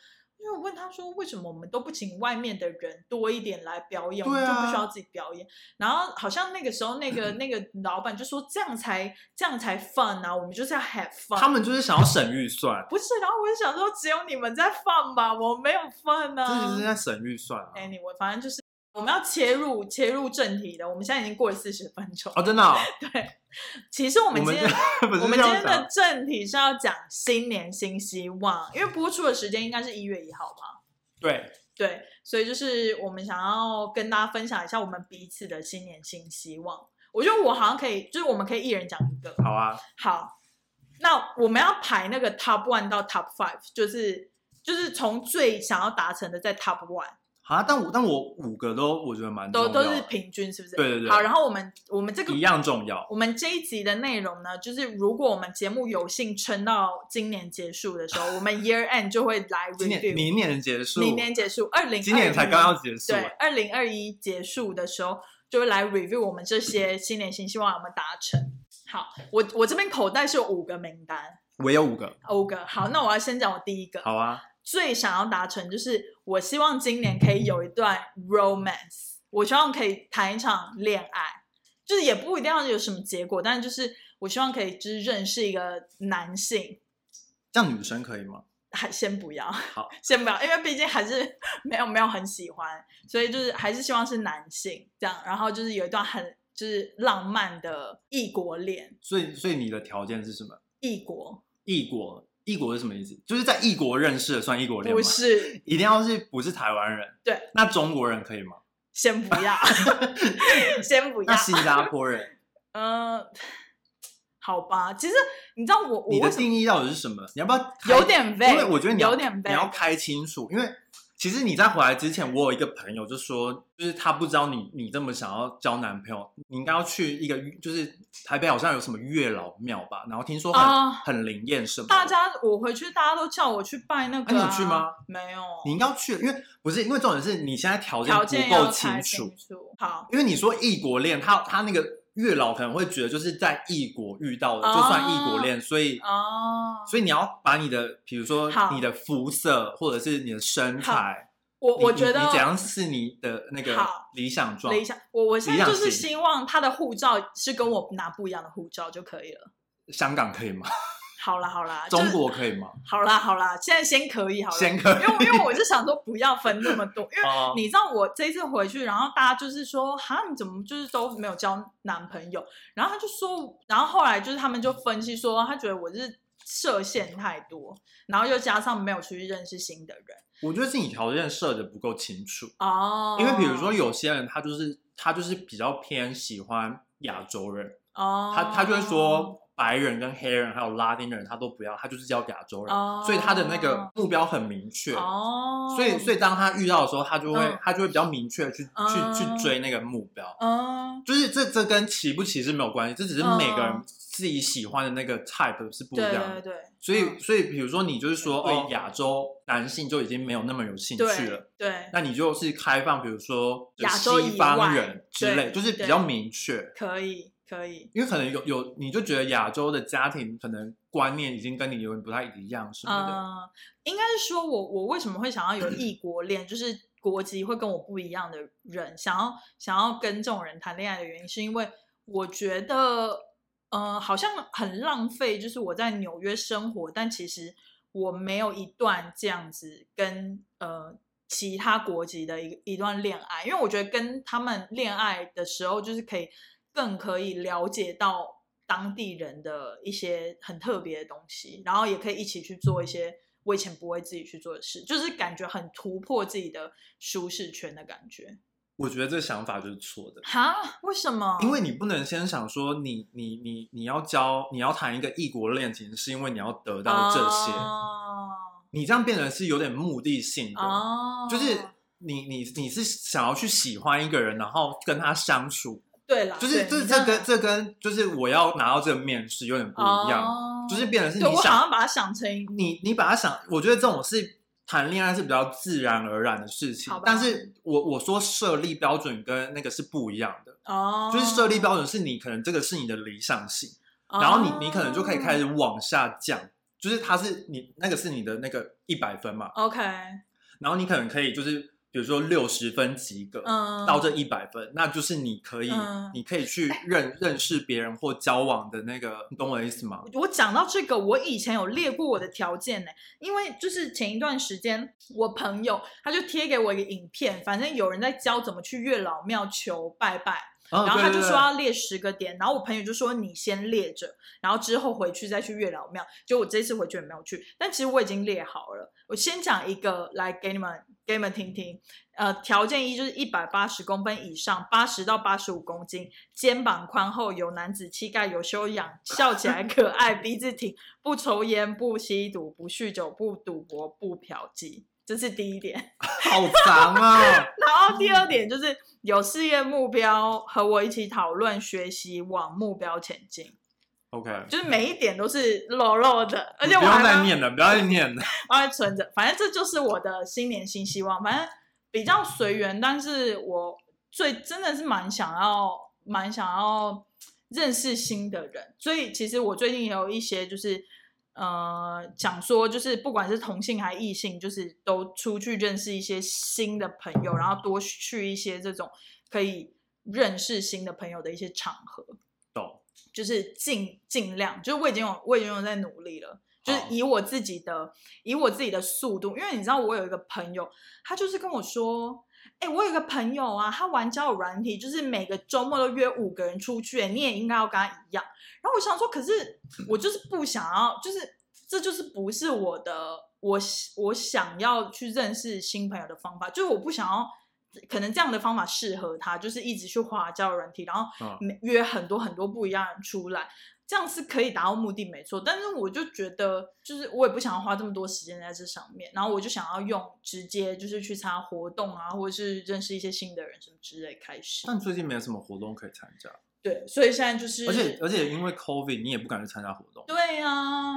因为我问他说，为什么我们都不请外面的人多一点来表演，我们
对
就
啊
不需要自己表演？然后好像那个时候那 个那个老板就说，这样才这样才 fun 啊，我们就是要 have fun。
他们就是想要省预算，
不是，然后我就想说，只有你们在放吧，我没有放
这
啊。
就是在省预算啊。
anyway，反正就是我们要切入切入正题的，我们现在已经过了四十分钟。
哦，真 的哦，
其实我
我
们今
们
天
不是
我们
这
今
样
天
讲
的正题是要讲新年新希望，因为播出的时间应该是一月一号吧？
对，
对，所以就是我们想要跟大家分享一下我们彼此的新年新希望。我觉得我好像可以，就是我们可以一人讲一个。
好啊，
好，那我们要排那个 top one 到 top five，就是就是从最想要达成的在 top one
好啊，但我但我五个都我觉得蛮重
都
要
都是
的
平均，是不是？
对对对
好，然后我们我们这个
一样重要。
我们这一集的内容呢，就是如果我们节目有幸撑到今年结束的时候，我们 year end 就会来
今年
review。
明年结束，
明年结束，二零
今年才刚要结束
对，二零二一结束的时候，就会来 review 我们这些新年新希望有没有达成。好，我我这边口袋是有五个名单，
我有五个，
五个。好，那我要先讲我第一个，
好啊，
最想要达成就是我希望今年
嗯
可以有一段 romance，我希望可以谈一场恋爱，就是也不一定要有什么结果，但是就是我希望可以就是认识一个男性，
这样女生可以吗？
还先不要，
好，
先不要，因为毕竟还是没有没有很喜欢，所以就是还是希望是男性这样，然后就是有一段很就是浪漫的异国恋，
所以所以你的条件是什么？
异国
异国，异国是什么意思？就是在异国认识的算异国恋吗？
不是，
一定要是不是台湾人？
对，
那中国人可以吗？
先不要， 先不要
那，新加坡人，
嗯，好吧，其实你知道 我我
你的
为什么
定义到底是什么？你要不要开
有点 vague，
因为我觉得你要
有点
你要
vague，
开清楚，因为其实你在回来之前，我有一个朋友就说，就是他不知道你你这么想要交男朋友，你应该要去一个就是台北好像有什么月老庙吧，然后听说很、
啊
很灵验什么的，
大家我回去大家都叫我去拜那
啊
个、
你有去吗？
没有，
你应该要去，因为不是因为重点是你现在条
条件
不
要
够
太
清
清
楚，
楚。好，
因为你说异国恋，他他那个月老可能会觉得就是在异国遇到的、
哦
就算异国恋，所以。
哦，
所以你要把你的，比如说
好
你的肤色，或者是你的身材，
我
你
我觉
你
得
你怎样是你的那个
好
理想状
等一下，我我现在
理想
就是
型
希望他的护照是跟我拿不一样的护照就可以了。
香港可以吗？
好啦好啦，
中
就是
国可以 吗？
好啦好啦，现在先可以好了，
先可以
因为因为我就想说不要分那么多，因为
哦，
你知道我这一次回去，然后大家就是说，哈，你怎么就是都没有交男朋友？然后他就说，然后后来就是他们就分析说，他觉得我是设限太多，然后又加上没有出去认识新的人
我觉得是你条件设的不够清楚，
哦
因为比如说有些人他就是他就是比较偏喜欢亚洲人，
哦，
他他就会说白人跟黑人还有拉丁人他都不要，他就是要亚洲人，
哦
所以他的那个目标很明确。
哦，
所以，所以当他遇到的时候，他就会，
嗯
他就会比较明确地去、
嗯
去去追那个目标。
嗯，
就是这这跟歧不歧视没有关系，这只是每个人
嗯
自己喜欢的那个 type 是不一
对
样的。
对对，
所以
嗯
所以比如说你就是说
对
哦，亚洲男性就已经没有那么有兴趣
对
了，
对，
那你就是开放，比如说
亚洲以外
西方人之类，
对
就是比较明确。
可以可以，
因为可能有有，你就觉得亚洲的家庭可能观念已经跟你有点不太一样什么的，
嗯，应该是说我我为什么会想要有 异国恋，就是国籍会跟我不一样的人，想要想要跟这种人谈恋爱的原因，是因为我觉得，嗯、好像很浪费，就是我在纽约生活，但其实我没有一段这样子跟呃。其他国籍的一一段恋爱，因为我觉得跟他们恋爱的时候，就是可以更可以了解到当地人的一些很特别的东西，然后也可以一起去做一些我以前不会自己去做的事，就是感觉很突破自己的舒适圈的感觉。
我觉得这想法就是错的。
哈？为什么？
因为你不能先想说你你你你要交你要谈一个异国恋情，是因为你要得到
啊
这些，
哦
你这样变得是有点目的性的，
哦，
就是你你你是想要去喜欢一个人，然后跟他相处，
对了，
就是这
对你
这
样
跟这跟就是我要拿到这个面试有点不一样，
哦
就是变成是
对
你
我好
想
像把它想成一
你你把它想，我觉得这种是谈恋爱是比较自然而然的事情
好吧，
但是我我说设立标准跟那个是不一样的，
哦，
就是设立标准是你可能这个是你的理想型，
哦
然后你你可能就可以开始往下降。就是它是你那个是你的那个一百分嘛，
OK，
然后你可能可以就是比如说六十分及格，
嗯，
到这一百分，那就是你可以，
嗯
你可以去认认识别人或交往的那个，你懂我的意思吗？
我讲到这个，我以前有列过我的条件呢，因为就是前一段时间，我朋友他就贴给我一个影片，反正有人在教怎么去月老庙求拜拜，
然
然后他就说要列十个点，然后我朋友就说你先列着，然后之后回去再去月老庙。结果我这次回去也没有去，但其实我已经列好了。我先讲一个来给你们给你们听听。呃，条件一就是一百八十公分以上，八十到八十五公斤，肩膀宽厚，有男子气概，有修养，笑起来可爱，鼻子挺，不抽烟，不吸毒，不酗酒，不赌博，不嫖妓。这是第一点。
好长啊，
然后第二点就是有事业目标，和我一起讨论学习，往目标前进。
OK，
就是每一点都是肉肉的， 而且我
不用
还
再
帮
念了，不要再念 了。
我还存着，反正这就是我的新年新希望。反正比较随缘，但是我最真的是蛮想要，蛮想要认识新的人。所以其实我最近也有一些就是。呃，想说就是不管是同性还异性，就是都出去认识一些新的朋友，然后多去一些这种可以认识新的朋友的一些场合。
懂，
就是尽尽量，就是我已经有我已经有在努力了，就是
好
以我自己的以我自己的速度，因为你知道我有一个朋友，他就是跟我说，哎、我有一个朋友啊，他玩交友软体，就是每个周末都约五个人出去，你也应该要跟他一样。然后我想说，可是我就是不想要，就是这就是不是我的我喜我想要去认识新朋友的方法，就是我不想要。可能这样的方法适合他，就是一直去滑交友软体，然后
嗯
每约很多很多不一样的人出来，这样是可以达到目的没错。但是我就觉得，就是我也不想要花这么多时间在这上面，然后我就想要用直接就是去参加活动啊，或者是认识一些新的人什么之类开始。
但最近没有什么活动可以参加，
对，所以现在就是，
嗯而且而且因为 COVID，你也不敢去参加活动，
对啊，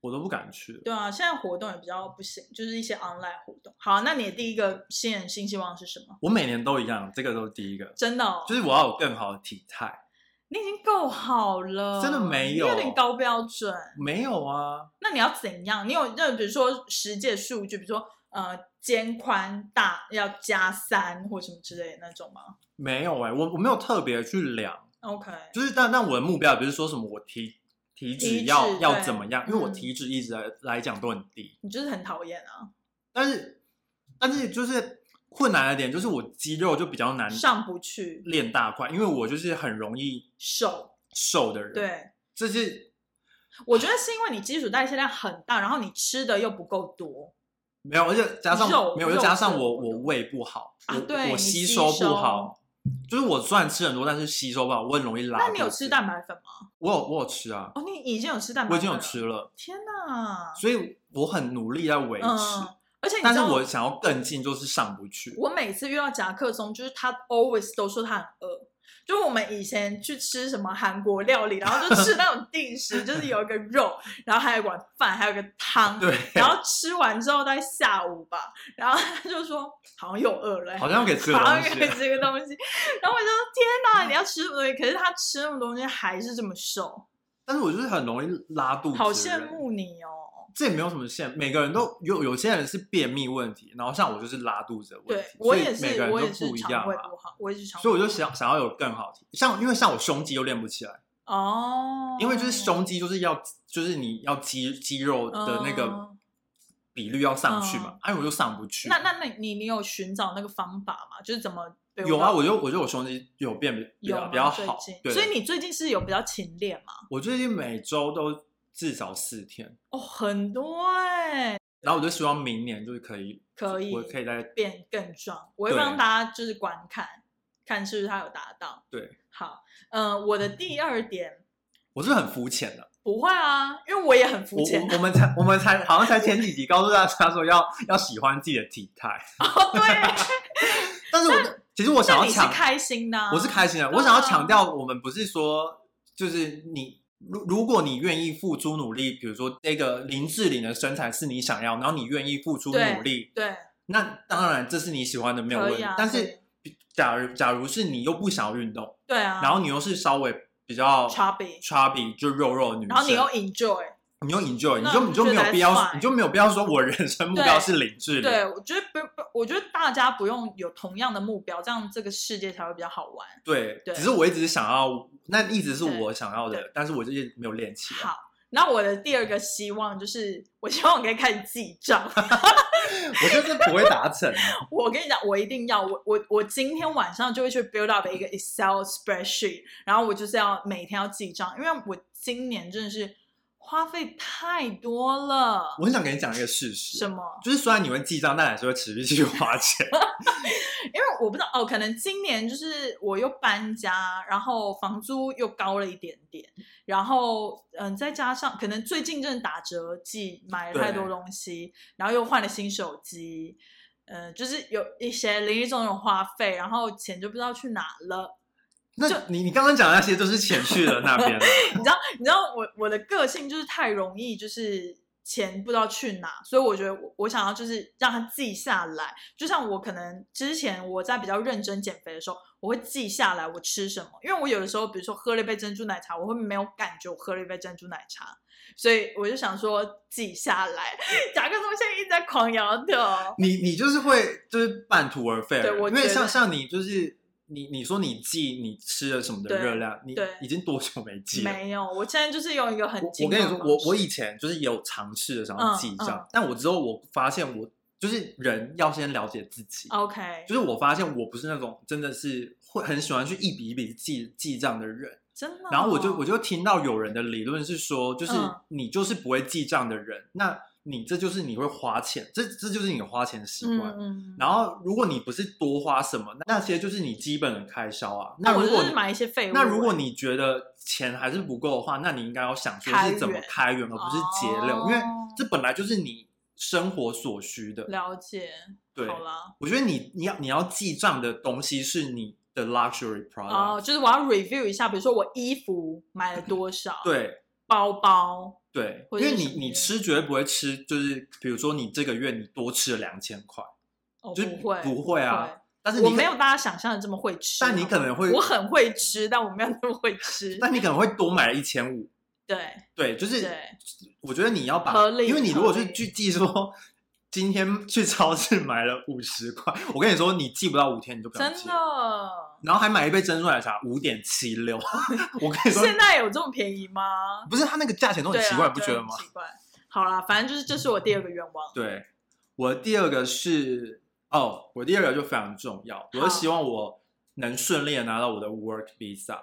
我都不敢去。
对啊，现在活动也比较不行，就是一些 online 活动。好，啊那你的第一个新人新希望是什么？
我每年都一样，这个都是第一个，
真的、哦，
就是我要有更好的体态。
你已经够好了，
真的没
你
有
有点高标准。
没有啊，
那你要怎样？你有就比如说实界数据，比如说呃肩宽大要加三或什么之类的那种吗
没有哎、我我没有特别去量，
？OK，
就是但但我的目标也不是说什么我体体
体
脂
脂
要
对
要怎么样，因为我
嗯
体脂一直来来讲都很低，
你就是很讨厌啊，
但是但是就是困难的点就是我肌肉就比较难
上不去
练大块，因为我就是很容易
手。
瘦的人，，
对，
这是
我觉得是因为你基础代谢量很大，然后你吃的又不够多
没有，而且加上
肉
没有，又
肉
加上
质
我
不
我
多
胃不好，
啊
我
对
我
你
吸
吸
收不
收
好，就是我虽然吃很多，但是吸收不好，我很容易拉肚
那
子。
你有吃蛋白粉吗？
我有我有吃啊，
哦，你已经有吃蛋白
我
粉，
已经有。吃了，
天哪！
所以我很努力在维持，
嗯，而且你
但
知
是
道，
我想要更近，就是上不去。
我每次遇到夹克松，就是他 always 都说他很饿。就我们以前去吃什么韩国料理，然后就 吃那种定食，就是有一个肉，然后还有一碗饭，还有个汤。
对，
然后吃完之后大概下午吧，然后他就说好像又饿了、欸，
好像可以吃个
好
东
像可以
西，嗯
吃个东 西。然后我就说天哪，你要吃什么东西？可是他吃那么多东西还是这么瘦，
但是我就是很容易拉肚子。
好羡。慕你哦。
这也没有什么限，每个人都有，有些人是便秘问题，然后像我就是拉肚子的问
对
题，
我
所以
也
每
是
个，人
我也
都
是
不一样
肠胃
啊。
不好，我也是肠胃不好，
所以我就想想要有更好体，像因为像我胸肌又练不起来，
哦，
因为就是胸肌就是要就是你要肌肌肉的那个
嗯
比率要上去嘛，哎、我就上不去。
哦那那那你你有寻找那个方法吗？就是怎么比如
有啊，
说
我就我就我胸肌有变比比
有
较
吗
比较好
最，近
对。
所以你最近是有比较勤练嘛？
我最近每周都至少四天，
哦，很多哎、
然后我就希望明年就是可以，
可以
我可以再
变更壮。我会
对
帮大家就是观看，看是不是他有达到。
对，
好，呃，我的第二点
我是很肤浅的，
不会啊，因为我也很
我
肤浅
我我们才我们才好像才前几集告诉大家说要要喜欢自己的体态，
哦， 对，
但是我其实我想
那
要
你是
强
开心的啊、
我是开心的。
对啊
我想要强调，我们不是说就是你，如如果你愿意付出努力，比如说那个林志玲的身材是你想要，然后你愿意付出
对
努力，
对，
那当然这是你喜欢的，没有问
可
题。
以啊，
但
可以
是假如假如是你又不想要运动，
对啊，
然后你又是稍微比较
chubby，
chubby 就肉肉的女生，
然后你又 enjoy，
你又 enjoy，你
那
就
我
你就
就
没
觉得
有必要，
that's fine
你就没有必要说我人生目标
对
是林志玲，
对，我觉得不不，我觉得大家不用有同样的目标，这样这个世界才会比较好玩。
对，
对
只是我一直想要，那一直是
对
我想要的
对，
但是我就是没有练起来。
好，然后我的第二个希望就是，我希望我可以开始记账。
我觉得这不会达成。
啊
我跟你讲，我一定要，我我我今天晚上就会去 build up 一个 Excel spreadsheet，然后我就是要每天要记账，因为我今年真的是花费太多了。
我很想给你讲一个事实，
什么？
就是虽然你会记账，但还是会持续去花 钱。
因为我不知道哦，可能今年就是我又搬家，然后房租又高了一点点，然后嗯，再加上可能最近真的打折季，买了太多
对
东西，然后又换了新手机，呃，就是有一些零零总总花费，然后钱就不知道去哪了。
那你你刚刚讲的那些都是钱去了那边了，
你知道，你知道我我的个性就是太容易，就是钱不知道去哪，所以我觉得我我想要就是让它记下来。就像我可能之前我在比较认真减肥的时候，我会记下来我吃什么，因为我有的时候比如说喝了一杯珍珠奶茶，我会没有感觉我喝了一杯珍珠奶茶，所以我就想说记下来。贾克松现在一直在狂摇头，
你你就是会就是半途而废了。
对我
因为
觉得
像像你就是你你说你记你吃了什么的
对
热量，你
对
已经多久没记了？
没有，我现在就是用一个很
我
精
我跟你说，
准的
我
方
我
式
以前就是也有尝试的想要
嗯
记
嗯
账，但我之后我发现我就是人要先了解自
哦
己，
OK，
就是我发现我不是那种真的是会很喜欢去一笔一笔记记账的人。
真的哦、
然后我就我就听到有人的理论是说，就是
嗯
你就是不会记账的人，那你这就是你会花钱，这这就是你的花钱习惯。
嗯嗯，后。
然后如果你不是多花什么，那些就是你基本的开销啊。
那哦我
如果
就是买一些废物。啊
那
欸
如果你觉得钱还是不够的话，那你应该要想说是怎么开源，而不是节流，因为
哦
这本来就是你生活所需的。
了解，
对，
好啦，
我觉得你你要你要记账的东西是你的 luxury product，、
哦，就是我要 review 一下，比如说我衣服买了多少，，
嗯对，
包包，
对，
或
因
者
为
是
你
什么
你
的
吃绝对不会吃，就是比如说你这个月你多吃了两千块，
哦，
就是
不会，
不会啊但是
我
你
没
可
有，大家想象的这么会吃，啊
但你可能会
我很会吃，但我没有那么会吃，
但你可能会多买一千五。
对
对，就是
对
我觉得你要把
合，理
因为你如果
合
去
理
去记说今天去超市买了五十块，我跟你说你记不到五天你就不想
真
记了。
的。
然后还买一杯珍珠奶茶五点七 六，我跟 你说，
现在有这么便宜吗？
不是它那个价钱都很
对
奇
啊
怪，你不
对
觉得
很
吗？
奇怪。好啦，反正就是这是我第二个愿 望。
对，我第二个是哦，我第二个就非常重要，我
好
是希望我能顺利的拿到我的 work visa，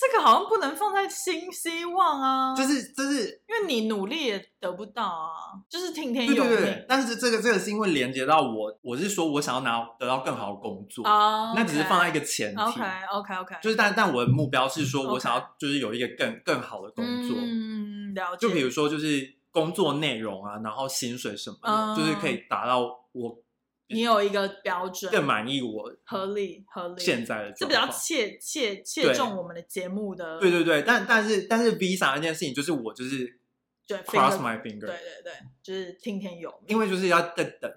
这个好像不能放在新希望啊，
就是就是
因为你努力也得不到啊，就是听天
对
由
对
命
对，但是这个这个是因为连接到我，我是说我想要拿得到更好的工作，
啊。
那只是放在一个前提。
OK OK OK，
就是，但但我的目标是说，
OK
我想要就是有一个更更好的工作，
嗯，了解。
就比如说就是工作内容啊，然后薪水什么的，
嗯
就是可以达到我
你有一个标准，
更满意我
合理合理，
现在的
这
状
比较
况
切切切
对
中我们的节目的
对对对，但但是但是 visa 那件事情，就是我就是
对
cross
finger-
my
对
finger，
对对，就是听天由命，
因为就是要再等，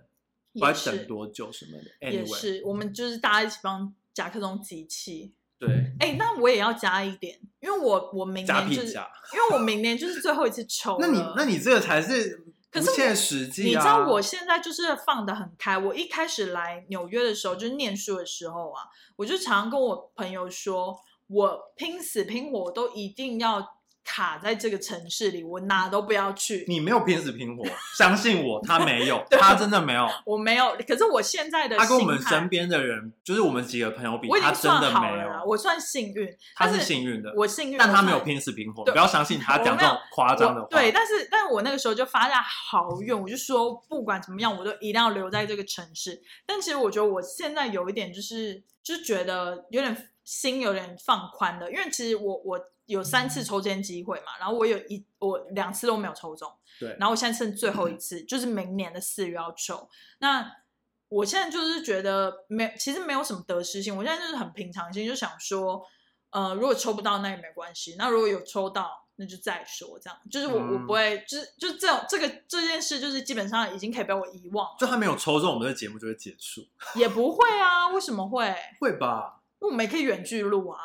不知道
也
要等
是
多久什么的。
也
Anyway，
是，我们就是大家一起帮夹克松集气。
对，
哎，那我也要加一点，因为我我明
加
年就
皮
是，
夹。
因为我明年就是最后一次抽
那你
了
那你这个才是不
可是我
切实际啊！
你知道我现在就是放得很开。我一开始来纽约的时候，就是念书的时候啊，我就常跟我朋友说，我拼死拼活我都一定要卡在这个城市里，我哪都不要去。
你没有拼死拼活，相信我，他没有，
对
他真的没有。
我没有，可是我现在的
他跟我们
心态
身边的人，就是我们几个朋友比
我，已
他
经
真
算
的
好
没
了啦，
有，
我算幸运，
他
但
是
是
幸运的，
我幸运，
但他
我
没有
算
拼死拼活，
对
不要相信他
我
讲
没
这
有
种夸张的
我
话。
对，但是但我那个时候就发下好愿，我就说不管怎么样，我都一定要留在这个城市。但其实我觉得我现在有一点就是，就是觉得有点心有点放宽了，因为其实我我有三
嗯
次抽签机会嘛，然后我有一我两次都没有抽中，
对
然后我现在剩最后一次，就是明年的四月要抽。那我现在就是觉得没，其实没有什么得失心，我现在就是很平常心，就想说，呃，如果抽不到那也没关系，那如果有抽到，那就再说，这样就是我、我
嗯
不会，就是就是这种这个这件事，就是基本上已经可以被我遗忘了，
就他没有抽中，我们的节目就会结束，
也不会啊，为什么会？
会吧？
因为我们也可以远距录 啊，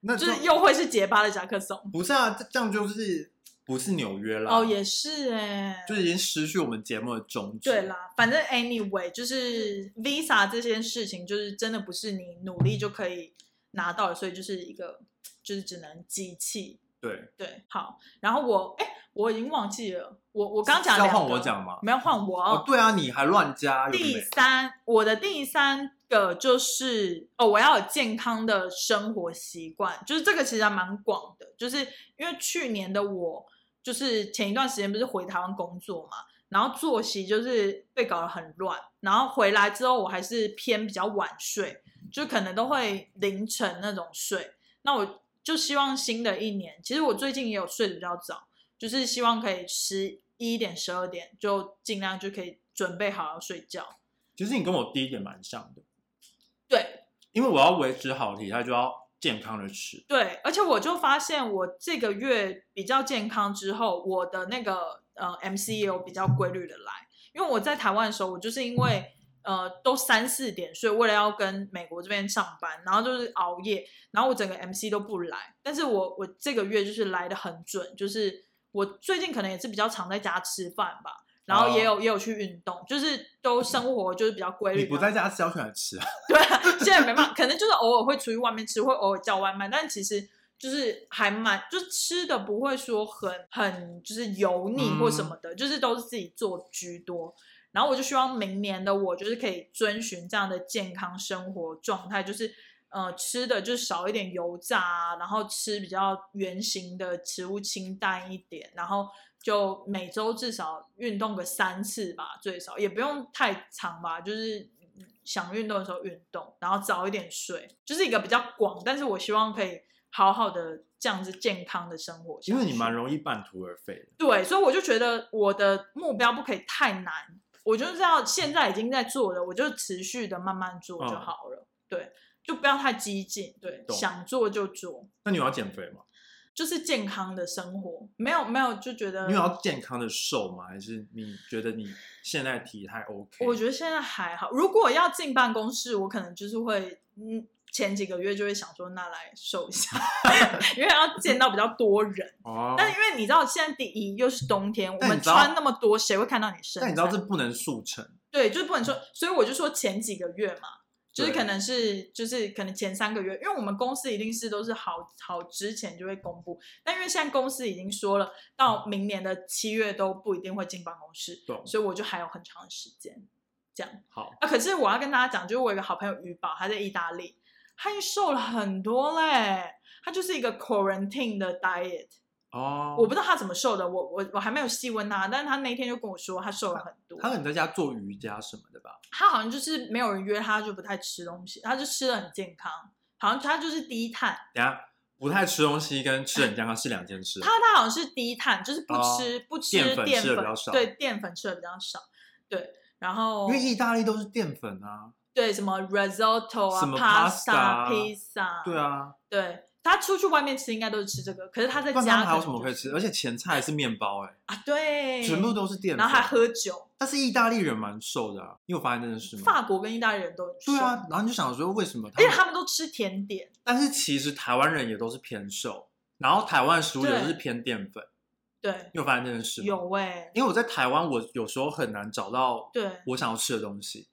那
就
就是
又会是结巴的夹克松，
不是啊，这这样就是不是纽约啦？
哦，也是哎、
就是已经失去我们节目的宗旨。
对，啦，反正 anyway，就是
嗯
visa 这件事情，就是真的不是你努力就可以拿到的，所以就是一个就是只能机器。
对，
对，好，然后我哎，我已经忘记了。我我刚讲
是要
两个
换我讲吗
没有换我。
哦，对啊，你还乱加，有的
第
没
三，我的第三个就是哦，我要有健康的生活习惯，就是这个其实还蛮广的，就是因为去年的我，就是前一段时间不是回台湾工作嘛，然后作息就是被搞得很乱，然后回来之后我还是偏比较晚睡，就可能都会凌晨那种睡。那我就希望新的一年，其实我最近也有睡得比较早，就是希望可以十一点、十二点就尽量就可以准备好要睡觉。
其实你跟我第一点蛮像的，
对
因为我要维持好体态，就要健康的吃。
对，而且我就发现我这个月比较健康之后，我的那个呃 MC 也有比较规律的来，因为我在台湾的时候，我就是因为。呃，都三四点睡，为了要跟美国这边上班，然后就是熬夜，然后我整个 MC 都不来。但是我我这个月就是来的很准，就是我最近可能也是比较常在家吃饭吧，然后也有、也有去运动，就是都生活就是比较规律。
哦你不在家吃，要去哪里吃啊？
对啊， 现在没办法，可能就是偶尔会出去外面吃，会偶尔叫外卖，但其实就是还蛮，就是吃的不会说很很就是油腻或什么的，就是都是自己做居多。然后我就希望明年的我就是可以遵循这样的健康生活状态，就是呃吃的就是少一点油炸啊，然后吃比较圆形的食物清淡一点，然后就每周至少运动个三次吧，最少也不用太长吧，就是想运动的时候运动，然后早一点睡，就是一个比较广，但是我希望可以好好的这样子健康的生活下去。
因为你蛮容易半途而废的。
对，所以我就觉得我的目标不可以太难，我就是要现在已经在做了，我就持续的慢慢做就
嗯
好了。对，就不要太激进，对，
懂
想做就做，
那你有要减肥吗？
就是健康的生活，没有没有就觉得
你有要健康的瘦吗？还是你觉得你现在体态 OK？
我觉得现在还好。如果要进办公室，我可能就是会，嗯，前几个月就会想说，那来瘦一下， 因为要见到比较多人。
哦，
但因为你知道，现在第一又是冬天，我
但
们
你知道
穿那么多，谁会看到你身材？
但你知道这不能速成，
对，就是不能说，所以我就说前几个月嘛，就是
对
可能是就是可能前三个月，因为我们公司一定是都是好好之前就会公布，但因为现在公司已经说了，到明年的七月都不一定会进办公室，
懂？
所以我就还有很长的时间这样
好，
啊。可是我要跟大家讲，就是我有一个好朋友于宝，他在意大利，他已经瘦了很多嘞，他就是一个 quarantine 的 diet，
哦，
我不知道他怎么瘦的，我我我还没有细问他，但是他那天就跟我说他瘦了很多，
他可能在家做瑜伽什么的吧？
他好像就是没有人约他，就不太吃东西，他就吃的很健康，好像他就是低碳，
等一下不太吃东西跟吃很健康是两件事。
他他好像是低碳，就是不吃、不吃
淀
淀
粉吃得比较少
对淀粉吃的比较少，对，然后
因为意大利都是淀粉啊，
对什么 risotto 啊、
什么 pasta 啊
pasta、pizza，
对，啊，
对他出去外面吃应该都是吃这个，可是他在
不然他
家
们还有什么可
能
以
就
吃？而且前菜是面包、欸，
啊？对，
全部都是淀粉，
然后还喝。酒，
但是意大利人蛮瘦的、啊，你有发现这件事吗？
法国跟意大利人都很瘦
对啊，，然后你就想说为什么他
而且
们？
他们都吃甜点，
但是其实台湾人也都是偏瘦，然后台湾食物也
对
都是偏淀粉，
对，
你有发现这件事吗？，
有哎、
因为我在台湾，我有时候很难找到
对，
我想要吃的东西，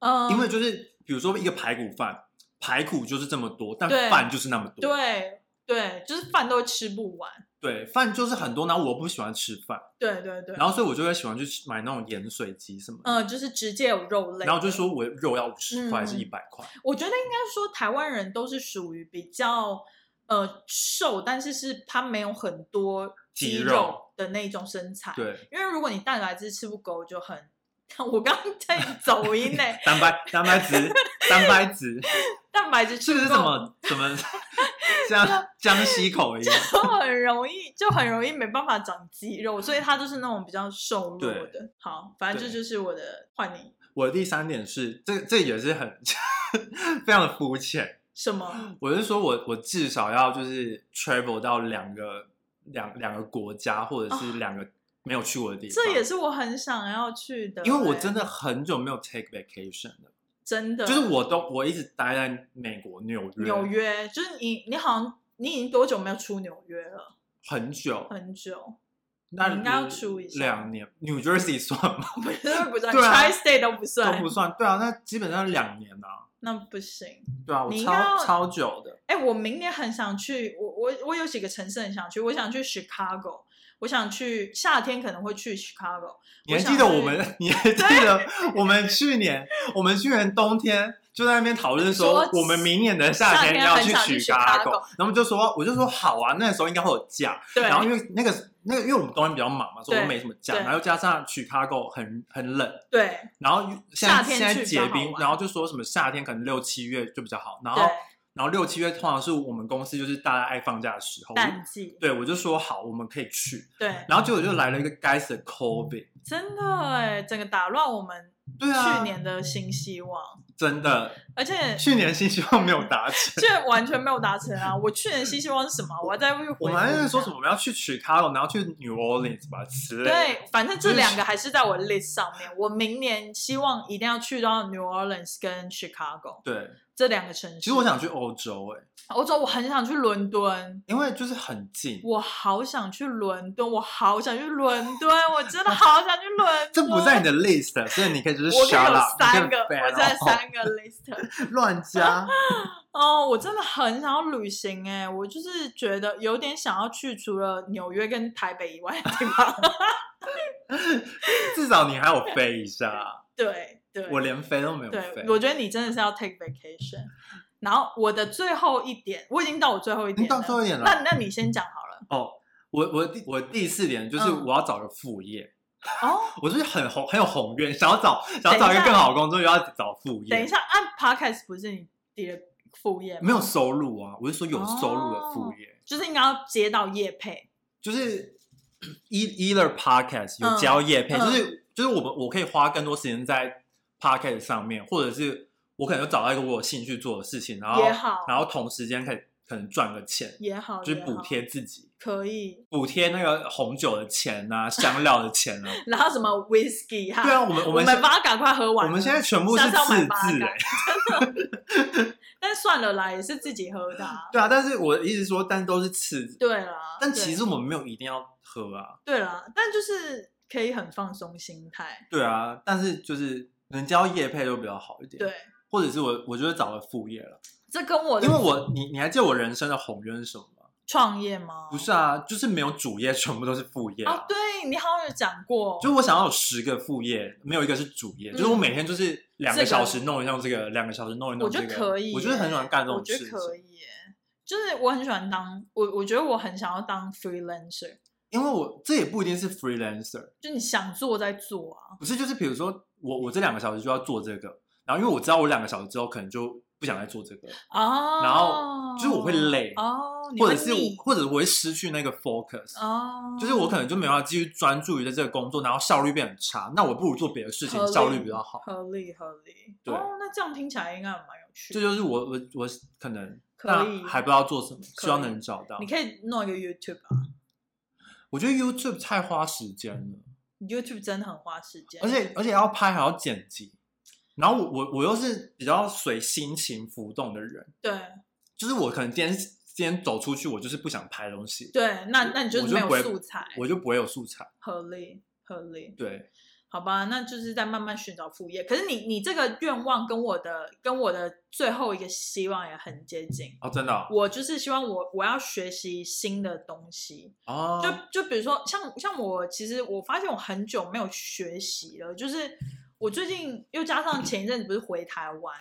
嗯，
因为就是比如说一个排骨饭，排骨就是这么多，但
对
饭就是那么多，
对对，就是饭都吃不完。
对饭就是很多，然后我不喜欢吃饭，
对对对，
然后所以我就会喜欢去吃买那种盐水鸡什么的，
嗯、就是直接有肉类。
然后就，说我肉要五十块还是
嗯
一百块，
我觉得应该说台湾人都是属于比较呃瘦，但是是他没有很多
肌
肌
肉
肉的那种身材。，
对，
因为如果你蛋白质吃不够，就很。 我刚刚在走音呢，
蛋白蛋白 质蛋白质
蛋白质
是
吃
不
不
是
够
什么什么 江江西口音？
就很容易，就很容易没办法长肌肉，所以他就是那种比较瘦弱
对
的。好，反正这
对
就是我的换你
我的第三点是，这这也是很 非常的肤浅。
什么？
我是说我我至少要就是 travel 到两个两两个国家，或者是两个没有去过的地方。
哦这也是我很想要去的欸、
因为我真的很久没有 take vacation 了，
真的
就是我都我一直待在美国纽约，
纽约，就是你你好像你已经多久没有出纽约了？
很久，
很久，
那
嗯你应该要出一下
两年，New Jersey 算吗？
不是不算、
对啊
t r i State 都不算，
都不算，对啊，那基本上两年啊，
那不行。
对啊，我
你应该要
超超久的。
哎、我明年很想去，我我我有几个城市很想去，我想去 Chicago，我我想去夏天可能会去 Chicago。
你还
想
记得
去
我们？ 你还记得我们去 年？我们去年冬天就在那边讨论说
说，
我们明年的
夏
夏天
天
要
很
去
想去
Chicago，然
Chicago
后我们就说，我就说好啊，那时候应该会有假。
对，
然后因为那个那个，因为我们冬天比较忙嘛，所以我
对
没什么假。
对
然后又加上 Chicago 很很冷，
对
然后现在
夏天
现在
去比
结
较好
冰，
玩
然后就说什么夏天可能六七月就比较好。然后
对，
然后六七月通常是我们公司就是大家爱放假的时候。
淡季，
对，我就说好，我们可以去。
对，
然后结果就来了一个该死的 COVID。
真的哎，整个打乱我们
对啊，
去年的新希望，
真的，
而且
去年新希望没有达 成。
这完全没有达成啊！我去年新希望是什么？我还在回
我们还
顾一
在
下
说什么我们要去 Chicago，然后去 New Orleans 吧之类的。
对，反正这两个还是在我 list 上面。我明年希望一定要去到 New Orleans 跟 Chicago
对，
这两个城市。
其实我想去欧洲、欸，哎，
欧洲，我很想去伦敦，
因为就是很近。
我好想去伦敦，我好想去伦敦，我真的好想去伦 敦。
这不在你的 list，所以你可以只是
我可以
shut
有
up，
三
你可
个，
以 fail
我在三个 list。
乱加。
哦，我真的很想要旅行哎，我就是觉得有点想要去除了纽约跟台北以外的地方。
至少你还有飞一下，
对对，
我连飞都没有飞
对，。我觉得你真的是要 take vacation。然后我的最后一点，我已经到我最后一点
你到最后一点了
那那你先讲好了。
哦，我我第我第四点就是
嗯
我要找个副业，
哦，
我就是很红很有宏愿，想要找想要找
等
一
一
个
下
更好的工作，又要找副业。
等一下，按 podcast 不是你的副业吗？
没有收入啊，我是说有收入
哦
的副业，
就是应该要接到业配。
就是 e either podcast 有
嗯
交业配，
嗯
就是就是我们我可以花更多时间在 podcast 上面，或者是我可能就找到一个我有兴趣做的事情，然后
也好
然后同时间可以可能赚个钱，
也好，
就是
也
补
好
贴自己，
可以，
补贴那个红酒的钱啊，香料的钱 啊。
然后什么 whisky 哈、
对啊，我们
我
我们
把它赶快喝完
我
了。
们现在全部是
下次要买
次
八
字
嘎
哎、
但算了啦，也是自己喝的、啊。
对啊，但是我的意思是说，但都是次字，
对啦，
但
对
其实我们没有一定要喝啊，
对啦，但就是可以很放松心态。
对啊，但是就是人家夜配就比较好一点，
对，，
或者是我我觉得找了副业了，
这跟我的
因为我你你还记得我人生的宏愿是什么吗？
创业吗？
不是啊，就是没有主业，全部都是副业啊
哦，对你好像有讲过，
就我想要有十个副业，没有一个是主业，
嗯
就是我每天就是两个
这个
小时弄一弄这个，两个小时弄一弄
我
这
觉
个，
得可以耶，
我就是很喜欢干这
我
种
觉
事
得
情，
可以耶，就是我很喜欢当我，我觉得我很想要当 freelancer，
因为我这也不一定是 freelancer，
就你想做再做啊，
不是，就是比如说我我这两个小时就要做这个，然后因为我知道我两个小时之后可能就不想再做这个，
哦，
然后就是我会累
哦，你
或
会
者是
腻
或者我会失去那个 focus，、
哦，
就是我可能就没办法继续专注于在这个工作，然后效率变很差。那我不如做别的事情
合，理
效率比较好。
合理合理，
对
哦，那这样听起来应该蛮有趣
这
的，
就是我我我可能
可以
那还不知道做什么，
可以
希望能找到
你。可以弄一个 YouTube 啊
我觉得 YouTube 太花时间了，
，YouTube 真的很花时间，
而且而且要拍还要剪辑，然后我我我又是比较随心情浮动的人，
对
就是我可能今天今天走出去，我就是不想拍东西，
对，那那你
我
是
就
没
不会
有素材，
我就不会有素材。
合理合理，
对，
好吧，那就是在慢慢寻找副业。可是你你这个愿望跟我的跟我的最后一个希望也很接近。
哦，真的哦，
我就是希望我我要学习新的东西，
哦
就就比如说像像我其实我发现我很久没有学习了，就是我最近又加上前一阵子不是回台湾，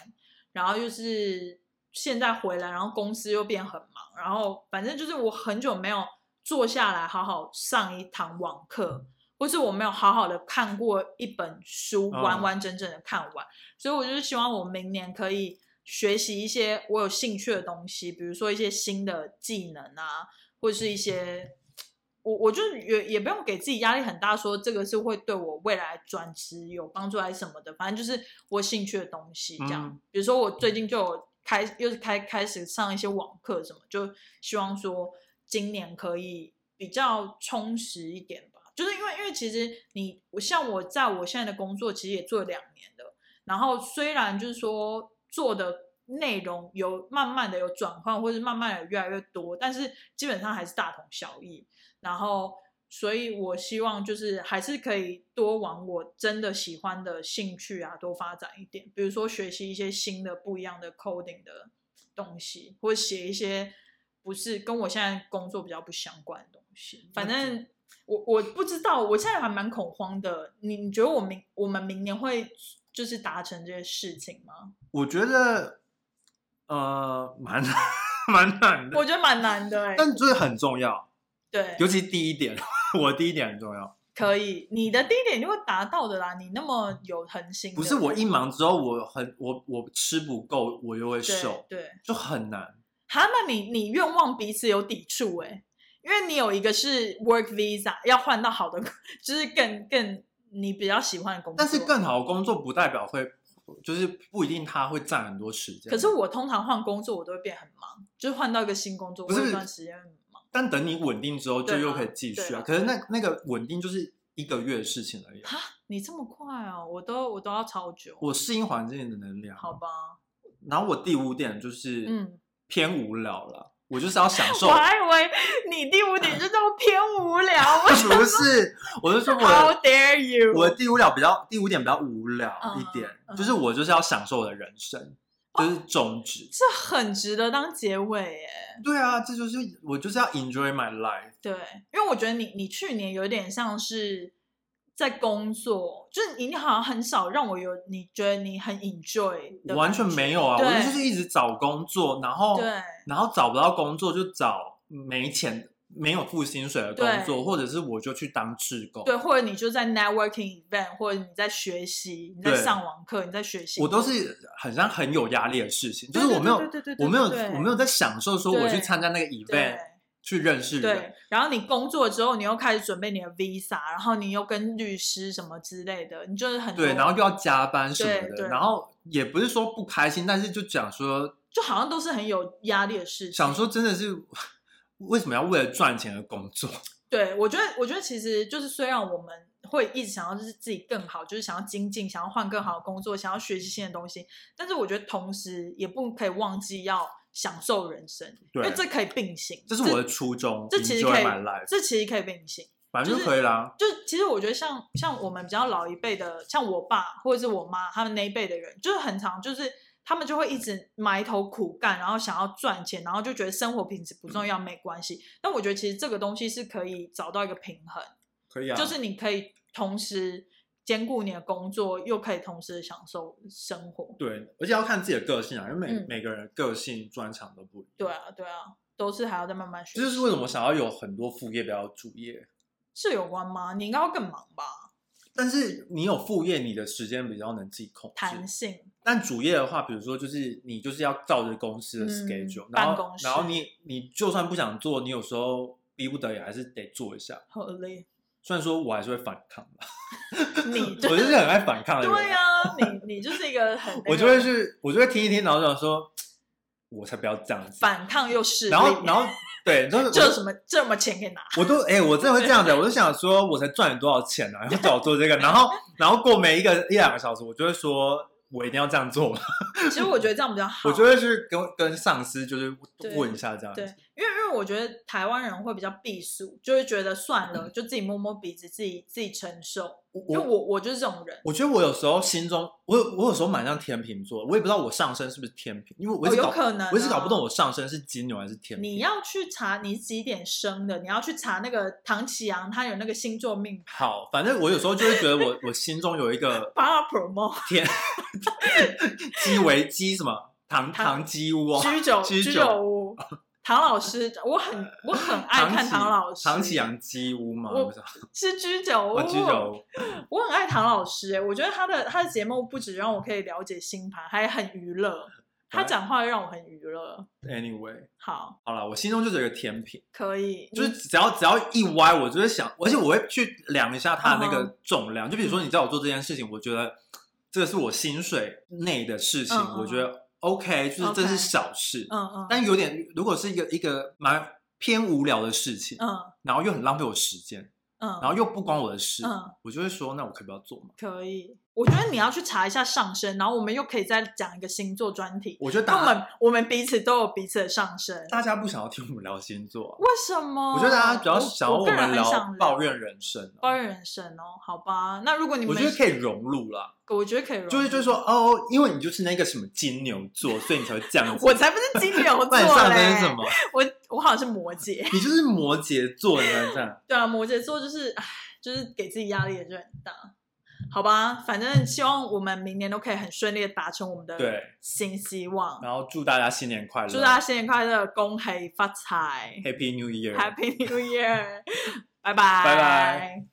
然后就是现在回来，然后公司又变很忙，然后反正就是我很久没有坐下来好好上一堂网课，或是我没有好好的看过一本书，
嗯
完完整整的看完，所以我就是希望我明年可以学习一些我有兴趣的东西，比如说一些新的技能啊，或是一些。我我就是也也不用给自己压力很大，说这个是会对我未来转职有帮助还是什么的，反正就是我兴趣的东西这样。
嗯
比如说我最近就有开，又是开开始上一些网课什么，就希望说今年可以比较充实一点吧。就是因为因为其实你我像我在我现在的工作其实也做了两年的，然后虽然就是说做的。内容有慢慢的有转换，或是慢慢的越来越多，但是基本上还是大同小异。然后，所以我希望就是还是可以多往我真的喜欢的兴趣啊多发展一点，比如说学习一些新的不一样的 coding 的东西，或者写一些不是跟我现在工作比较不相关的东西。反正我我不知道，我现在还蛮恐慌的。你你觉得我明我们明年会就是达成这些事情吗？
我觉得呃蛮 蛮难的，
我觉得蛮难的哎、
但就是很重要，
对，
尤其第一点， 我第一点很重要。
可以，你的第一点就会达到的啦。你那么有恒心，
不是我一忙之后，我很我我吃不够，我又会
对
瘦，
对，
就很难。
哈，那你你愿望彼此有抵触哎、因为你有一个是 work visa 要换到好的， 就是更更你比较喜欢的工作，
但是更好的工作不代表会，就是不一定它会占很多时间。
可是我通常换工作我都会变很忙，就是换到一个新工作，
不是
我有一段时间很忙。
但等你稳定之后，就
对啊
又可以继续
对啊
啊。可是那那个稳定就是一个月的事情而已啊。
哈，你这么快哦，我都我都要超久，
我适应环境的能力啊。
好吧？
然后我第五点就是，
嗯，
偏无聊了。我就是要 享受
我，还以为你第五点就叫偏无聊我
不 是，我 是说我
，How
的
dare you！
我的第五点比较第五点比较无聊
嗯
一点，
嗯哦
就是我就是要享受我的人生，就是终止。
这很值得当结尾欸耶。
对啊，这就是我就是要 enjoy my life。
对，因为我觉得你你去年有点像是在工作，就是你好像很少让我有你觉得你很 enjoy，的
完全
感觉
没有啊，
对
我就是一直找工作，然后
对
然后找不到工作就找没钱、没有付薪水的工
对
作，或者是我就去当志工。
对，或者你就在 networking event，或者你在学习，你在
对
上网课，你在学习，
我都是很像很有压力的事情，就
对
是我没有
对对对对对
我没有
对
我没有在享受说
对
我去参加那个
对
event 去认识人，
对，然后你工作之后，你又开始准备你的 visa，然后你又跟律师什么之类的，你就是很多
对，然后又要加班什么
对对
的，然后也不是说不开心，但是就讲说
就好像都是很有压力的事情。
想说真的是为什么要为了赚钱而工作？
对，我觉得，我觉得其实就是，虽然我们会一直想要就是自己更好，就是想要精进，想要换更好的工作，想要学习新的东西，但是我觉得同时也不可以忘记要享受人生，因
对
为这可以并行。
这是我的初衷。
这其实可
enjoy
以
my life，，
这其实可以并行。
反正
就
就是可以啦。
就是其实我觉得像像我们比较老一辈的，像我爸或者是我妈他们那一辈的人，就是很常就是他们就会一直埋头苦干，然后想要赚钱，然后就觉得生活品质不重要、没关系。但我觉得其实这个东西是可以找到一个平衡。
可以啊，
就是你可以同时兼顾你的工作，又可以同时享受生活。
对，而且要看自己的个性啊，因为每、
嗯
每个人个性专长都不一样。
对啊，对啊，都是还要再慢慢学
这
习。
就是为什么想要有很多副业，不要主业。
是有关吗？你应该会更忙吧？
但是你有副业，你的时间比较能自己控
弹
制。
性，
但主业的话，比如说就是你就是要照着公司的
嗯
schedule，、
办
然
公
后
室
然后你你就算不想做，你有时候逼不得已还是得做一下。
合 理。
虽然说我还是会反抗吧，
你
我就是很爱反抗的人。
对啊，你你就是一个很那 个
我就会去，我就会听一听，然后就想说，我才不要这样子。
反抗又势利，
然后，然后， 对，就是
这有什么这么钱可以 拿？
我都哎、我真的会这样子，我就想说，我才赚你多少钱呢、啊？然后叫我做这个，然 后，然后过每一个一两个小时，我就会说，我一定要这样做。
其实我觉得这样比较好。
我就会去跟跟上司就是
对
问一下这样
对
子。，
因为因为我觉得台湾人会比较避俗，就会觉得算了，就自己摸摸鼻子，自己自己承受。
我
因为
我
我我就是这种人，
我觉得我有时候心中，我有我有时候蛮像天秤座的，我也不知道我上身是不是天平，因为我一
哦
直
有
搞、
可能啊
我一直搞不懂我上身是金牛还是天
你
平。
要去查你几点生的，你要去查那个唐启阳，他有那个星座命盘。
好，反正我有时候就会觉得我我心中有一个
帮他 promote
天鸡为鸡什么唐
唐
唐鸡屋哦，
居酒
居
居
酒
酒屋，唐老师，我很我很爱看
启
唐老师，
唐启阳鸡屋嘛，
我哦
不知道
是居酒屋，
啊居酒屋，
我很爱唐老师、欸，我觉得他的他的节目不止让我可以了解星盘，还很娱乐，他
对
讲话让我很娱乐。
Anyway，
好，
好了，我心中就是有一个天平，
可以，
就是
你
只要只要一歪，我就会想，而且我会去量一下它的那
嗯
个重量。就比如说，你叫我做这件事情，我觉得这个是我薪水内的事情，
嗯嗯
我觉得 OK，就是这
OK
是小事。
嗯嗯，
但有点，如果是一个一个蛮偏无聊的事情，
嗯
然后又很浪费我时间，
嗯，
然后又不关我的事，
嗯
我就会说，那我可以不要做嘛？
可以，我觉得你要去查一下上升，然后我们又可以再讲一个星座专题。
我觉得
那我
大家
们我们彼此都有彼此的上升，
大家不想要听我们聊星座啊、
为什么？
我觉得大家比较想要
哦我个人
们
很想
聊抱怨人生啊、
抱怨人生哦，好吧？那如果你们
我觉得可以融入啦，
我觉得可以融入，
就是就是说哦，因为你就是那个什么金牛座，所以你才会这样子。
我才不是金牛座
那你上升
嘞，
是什么？
我我好像是摩羯，
你就是摩羯座，你才会这样。
对啊，摩羯座就是唉，就是给自己压力也就很大。好吧，反正希望我们明年都可以很顺利的达成我们的
对
新希望。
然后祝大家新年快乐，
祝大家新年快乐，恭喜发财
Happy New Year。
，Happy New Year，拜拜，
拜拜。